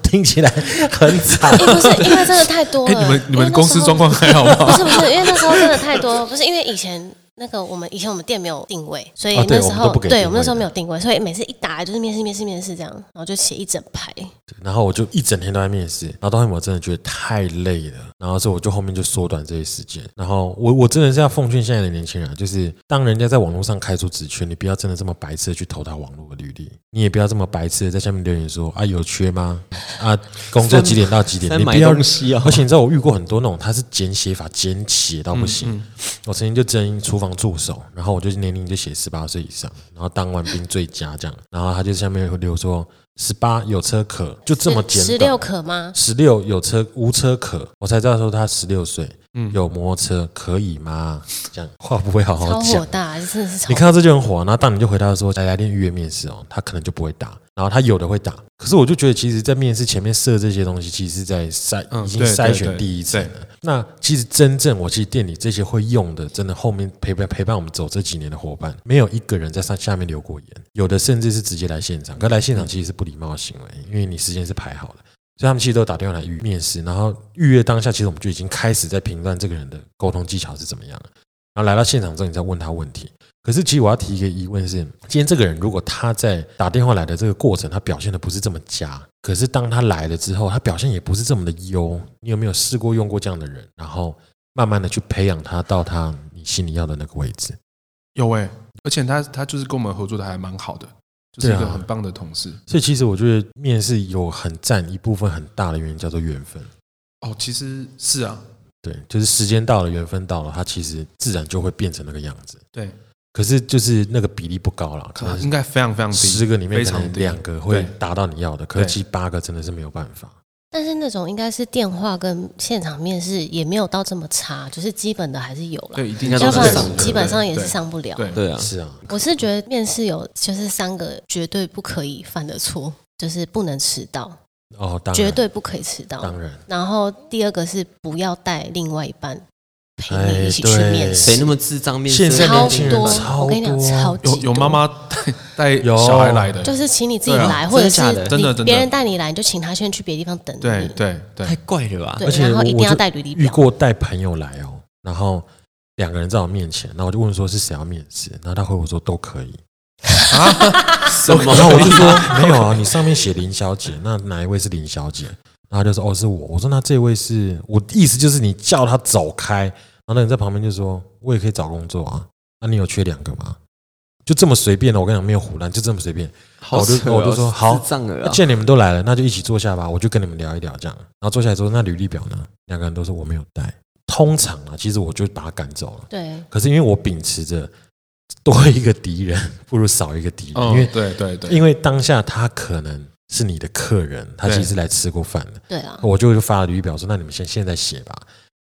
听起来很惨哎、，不是因为真的太多 哎，了。你们因你为们那公司时候状况还好吗？不是不是，因为那时候真的太多，不是因为以前。那个我们以前我们店没有定位，所以啊对那我时们都候、不给定位我们那时候的没有定位，所以每次一打来就是面试面试面试这样，然后就写一整排。然后我就一整天都在面试，然后到后面我真的觉得太累了，然后所以我就后面就缩短这些时间。然后我我真的是要奉劝现在的年轻人啊，就是当人家在网络上开出职缺，你不要真的这么白痴的去投他网络的履历，你也不要这么白痴的在下面留言说啊有缺 吗？啊工作几点到几点？在你买不要东西哦而且你知道我遇过很多那种他是简写法简写到不嗯行，我曾经就争厨房助手，然后我就年龄就写十八岁以上，然后当完兵最佳这样，然后他就下面会留说。十八有车可，就这么简十短六。可吗？十六有车无车可，我才知道说他十六岁，有摩托车可以吗？这样嗯话不会好好超火讲。大，真的是超你看到这就很火、啊然后当你就回答说来来电预约面试哦，他可能就不会打，然后他有的会打，可是我就觉得其实，在面试前面设这些东西，其实是在筛、嗯已经对筛对选对第一层了对。那其实真正我其实店里这些会用的，真的后面陪伴陪伴我们走这几年的伙伴，没有一个人在上下面留过言，有的甚至是直接来现场，可来现场其实是不礼貌的行为，因为你时间是排好的。所以他们其实都打电话来预面试，然后预约当下，其实我们就已经开始在评断这个人的沟通技巧是怎么样了。然后来到现场之后，你再问他问题。可是，其实我要提一个疑问是：今天这个人如果他在打电话来的这个过程，他表现的不是这么佳，可是当他来了之后，他表现也不是这么的优，你有没有试过用过这样的人，然后慢慢的去培养他到他你心里要的那个位置？有哎、而且他他就是跟我们合作的还蛮好的，就是对一啊个很棒的同事。所以，其实我觉得面试有很占一部分很大的原因叫做缘分。哦，其实是啊，对，就是时间到了，缘分到了，他其实自然就会变成那个样子。对，可是就是那个比例不高啦，可可能能应该非常非常低，十个里面嗯非可常能低两个会对达到你要的，可是对七八个真的是没有办法。但是那种应该是电话跟现场面试也没有到这么差，就是基本的还是有了，对，一定应该要都不是上然的基本上也是对上不了。对对啊，是啊，我是觉得面试有就是三个绝对不可以犯的错，就是不能迟到，哦，当然，绝，对不可以迟到。当然，然后第二个是不要带另外一半陪哎你一起去对面试谁，那么智障面现试在的超年人？轻人多，超我跟你讲多超级有有多。妈妈 带带有小孩来的，就是请你自己对啊来，或者是真的假的真的你真的别人带你来，你就请他先去别的地方等你。对对太对，怪了吧？对而且然后我一定我要就带履历遇表过带朋友来哦，然后两个人在我面前，然后我就问说是谁要面试，然后他回我说都可以，什 么？然后我就 说没有啊，你上面写林小姐，那哪一位是林小姐？然后他就说哦是我，我说那这位是我意思就是你叫他走开，然后那人在旁边就说我也可以找工作啊，那你有缺两个吗？就这么随便的，我跟你讲没有胡乱，就这么随便。好我就扯哦我就说好智障了那啊既！然你们都来了，那就一起坐下吧，我就跟你们聊一聊这样。然后坐下来之后，那履历表呢？两个人都说我没有带。通常啊，其实我就把他赶走了。对，可是因为我秉持着多一个敌人不如少一个敌人，嗯因为对对对，因为当下他可能是你的客人，他对其实来吃过饭的，对啊，我就就发了履历表说，那你们先现在写吧。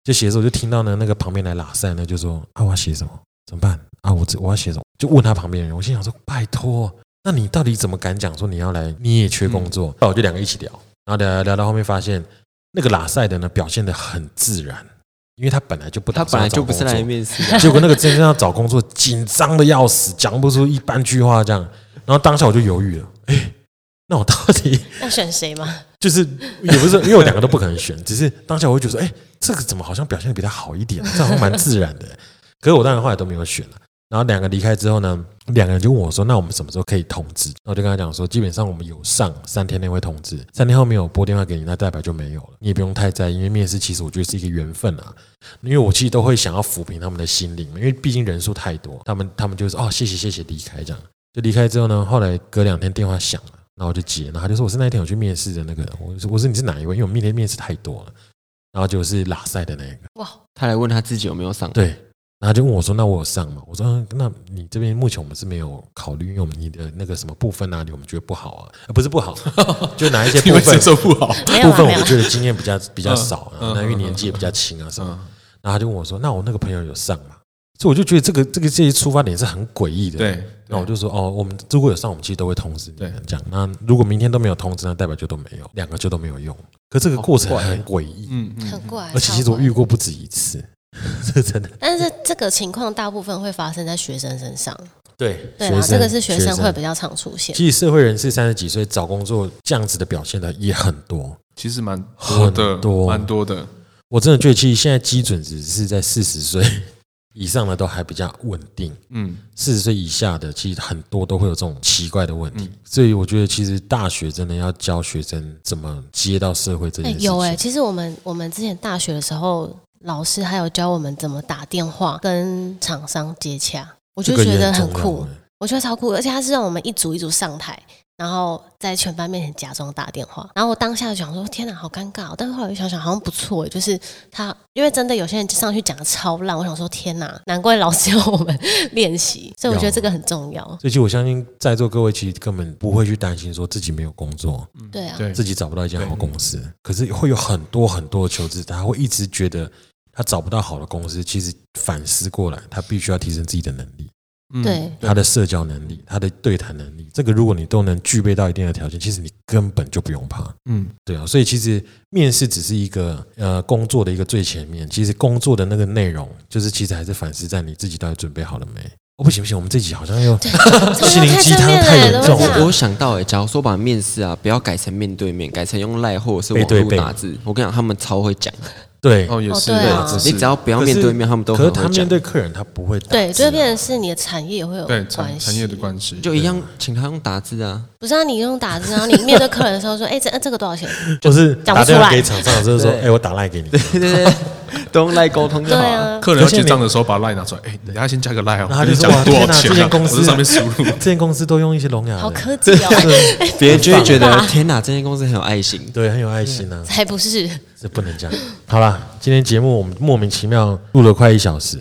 就写的时候，我就听到呢，那个旁边来拉塞呢，就说啊，我要写什么？怎么办？啊，我这我要写什么？就问他旁边的人，我心想说，拜托，那你到底怎么敢讲说你要来？你也缺工嗯作？那、我就两个一起聊，然后聊聊聊到后面发现，那个拉塞的呢表现得很自然，因为他本来就不他打本来算就不找是工作来面试 的，啊结果那个真正要找工作，紧张的要死，讲不出一半句话这样。然后当下我就犹豫了，哎，那我到底要选谁嘛？就是也不是，因为我两个都不可能选， 只是当下我会觉得说，哎，这个怎么好像表现的比他好一点，这好像蛮自然的。可是我当然后来都没有选了。然后两个离开之后呢，两个人就问我说：“那我们什么时候可以通知？”那我就跟他讲说，基本上我们有上三天内会通知，三天后没有拨电话给你，那代表就没有了。你也不用太在意，因为面试其实我觉得是一个缘分啊。因为我其实都会想要抚平他们的心灵嘛，因为毕竟人数太多，他们他们就是哦谢谢谢谢离开这样，就离开之后呢，后来隔两天电话响了，然后我就接，然后他就说我是那一天有去面试的那个，我就说我说你是哪一位？因为我明天面试太多了，然后就是拉塞的那一个，哇，他来问他自己有没有上。对，然后他就问我说那我有上吗？我说、嗯那你这边目前我们是没有考虑，因为我们你的那个什么部分哪里我们觉得不好啊，呃、不是不好， 就哪 一些因部为分接受不 好，没有部啦分没有啊我啦，觉得经验比较比较少啊，嗯嗯那因为嗯年纪也比较轻啊什么。嗯然后他就问我说：“那我那个朋友有上吗？”所以我就觉得这个这个这些出发点是很诡异的。对，啊那我就说：“哦，我们如果有上，我们其实都会通知你们对这样。那如果明天都没有通知，那代表就都没有，两个就都没有用。可这个过程很诡异，嗯嗯，很怪。而且其实超我怪遇过不止一 次，是真的。但是这个情况大部分会发生在学生身上，对对啊，这个是学生会比较常出现。其实社会人士三十几岁找工作这样子的表现的也很多。其实蛮多的，很多蛮多的，我真的觉得，其实现在基准值是在四十岁 以上的都还比较稳定。嗯，四十岁以下的，其实很多都会有这种奇怪的问嗯题，所以我觉得其实大学真的要教学生怎么接到社会这哎、件事情。有哎、其实我们我们之前大学的时候，老师还有教我们怎么打电话跟厂商接洽，我就这个也觉得很很重要酷，哎我觉得超酷，而且他是让我们一组一组上台，然后在全班面前假装打电话。然后我当下就想说，天哪，好尴尬、哦！但是后来又想想，好像不错诶，就是他，因为真的有些人上去讲的超烂，我想说，天哪，难怪老师要我们练习。所以我觉得这个很重要。所以其实我相信在座各位其实根本不会去担心说自己没有工作，对啊，对，自己找不到一间好公司。可是会有很多很多的求职者，他会一直觉得他找不到好的公司。其实反思过来，他必须要提升自己的能力，嗯对他的社交能力，他的对谈能力。这个如果你都能具备到一定的条件，其实你根本就不用怕。嗯，对啊，所以其实面试只是一个呃工作的一个最前面，其实工作的那个内容，就是其实还是反思在你自己到底准备好了没。哦，不行不行，我们这集好像又 心心灵鸡汤太严嗯重了我我想到哎、欸，假如说把面试啊，不要改成面对面，改成用赖或者是网背对络背打字。我跟你讲，他们超会讲，对，哦，也哦是，对啊只你是只要不要可面是对面，他们都可很是会他讲面。对客人他不会打字啊，对，就会变成是你的产业也会有对关产系。产业的关系，就一样，请他用打字啊。不是啊，你用打字，然后你面对客人的时候说：“ 哎、这这个多少 钱就是讲不打出电话来给厂商的时候说，对哎，我打赖给你，对对对， 都用赖沟通？”就对好了。啊，客人要结账的时候把 line 拿出来，哎，你等下先加个 line 然哦，后他跟就你说讲哇多少天哪钱这啊间公我司，在上面输入 这间公司都用一些聋哑好人，科技哦， 对啊 别人就会觉 得天哪，这间公司很有爱心。对，很有爱心啊，才不是。这不能讲。好啦，今天节目我们莫名其妙录了快一小时，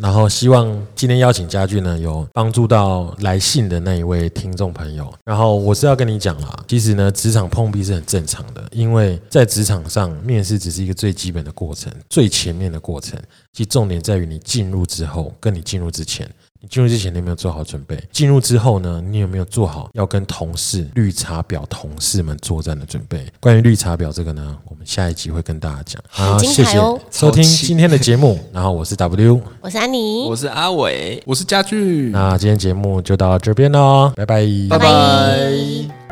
然后希望今天邀请家具呢有帮助到来信的那一位听众朋友。然后我是要跟你讲啦，其实呢，职场碰壁是很正常的，因为在职场上面试只是一个最基本的过程，最前面的过程。其实重点在于你进入之后，跟你进入之前。你进入之前你有没有做好准备？进入之后呢，你有没有做好要跟同事绿茶婊同事们作战的准备？关于绿茶婊这个呢，我们下一集会跟大家讲。好，精谢彩谢哦收听超气今天的节目。然后我是 W，我是安妮我，是阿伟，我是家具，那今天节目就到这边喽，拜拜。拜拜。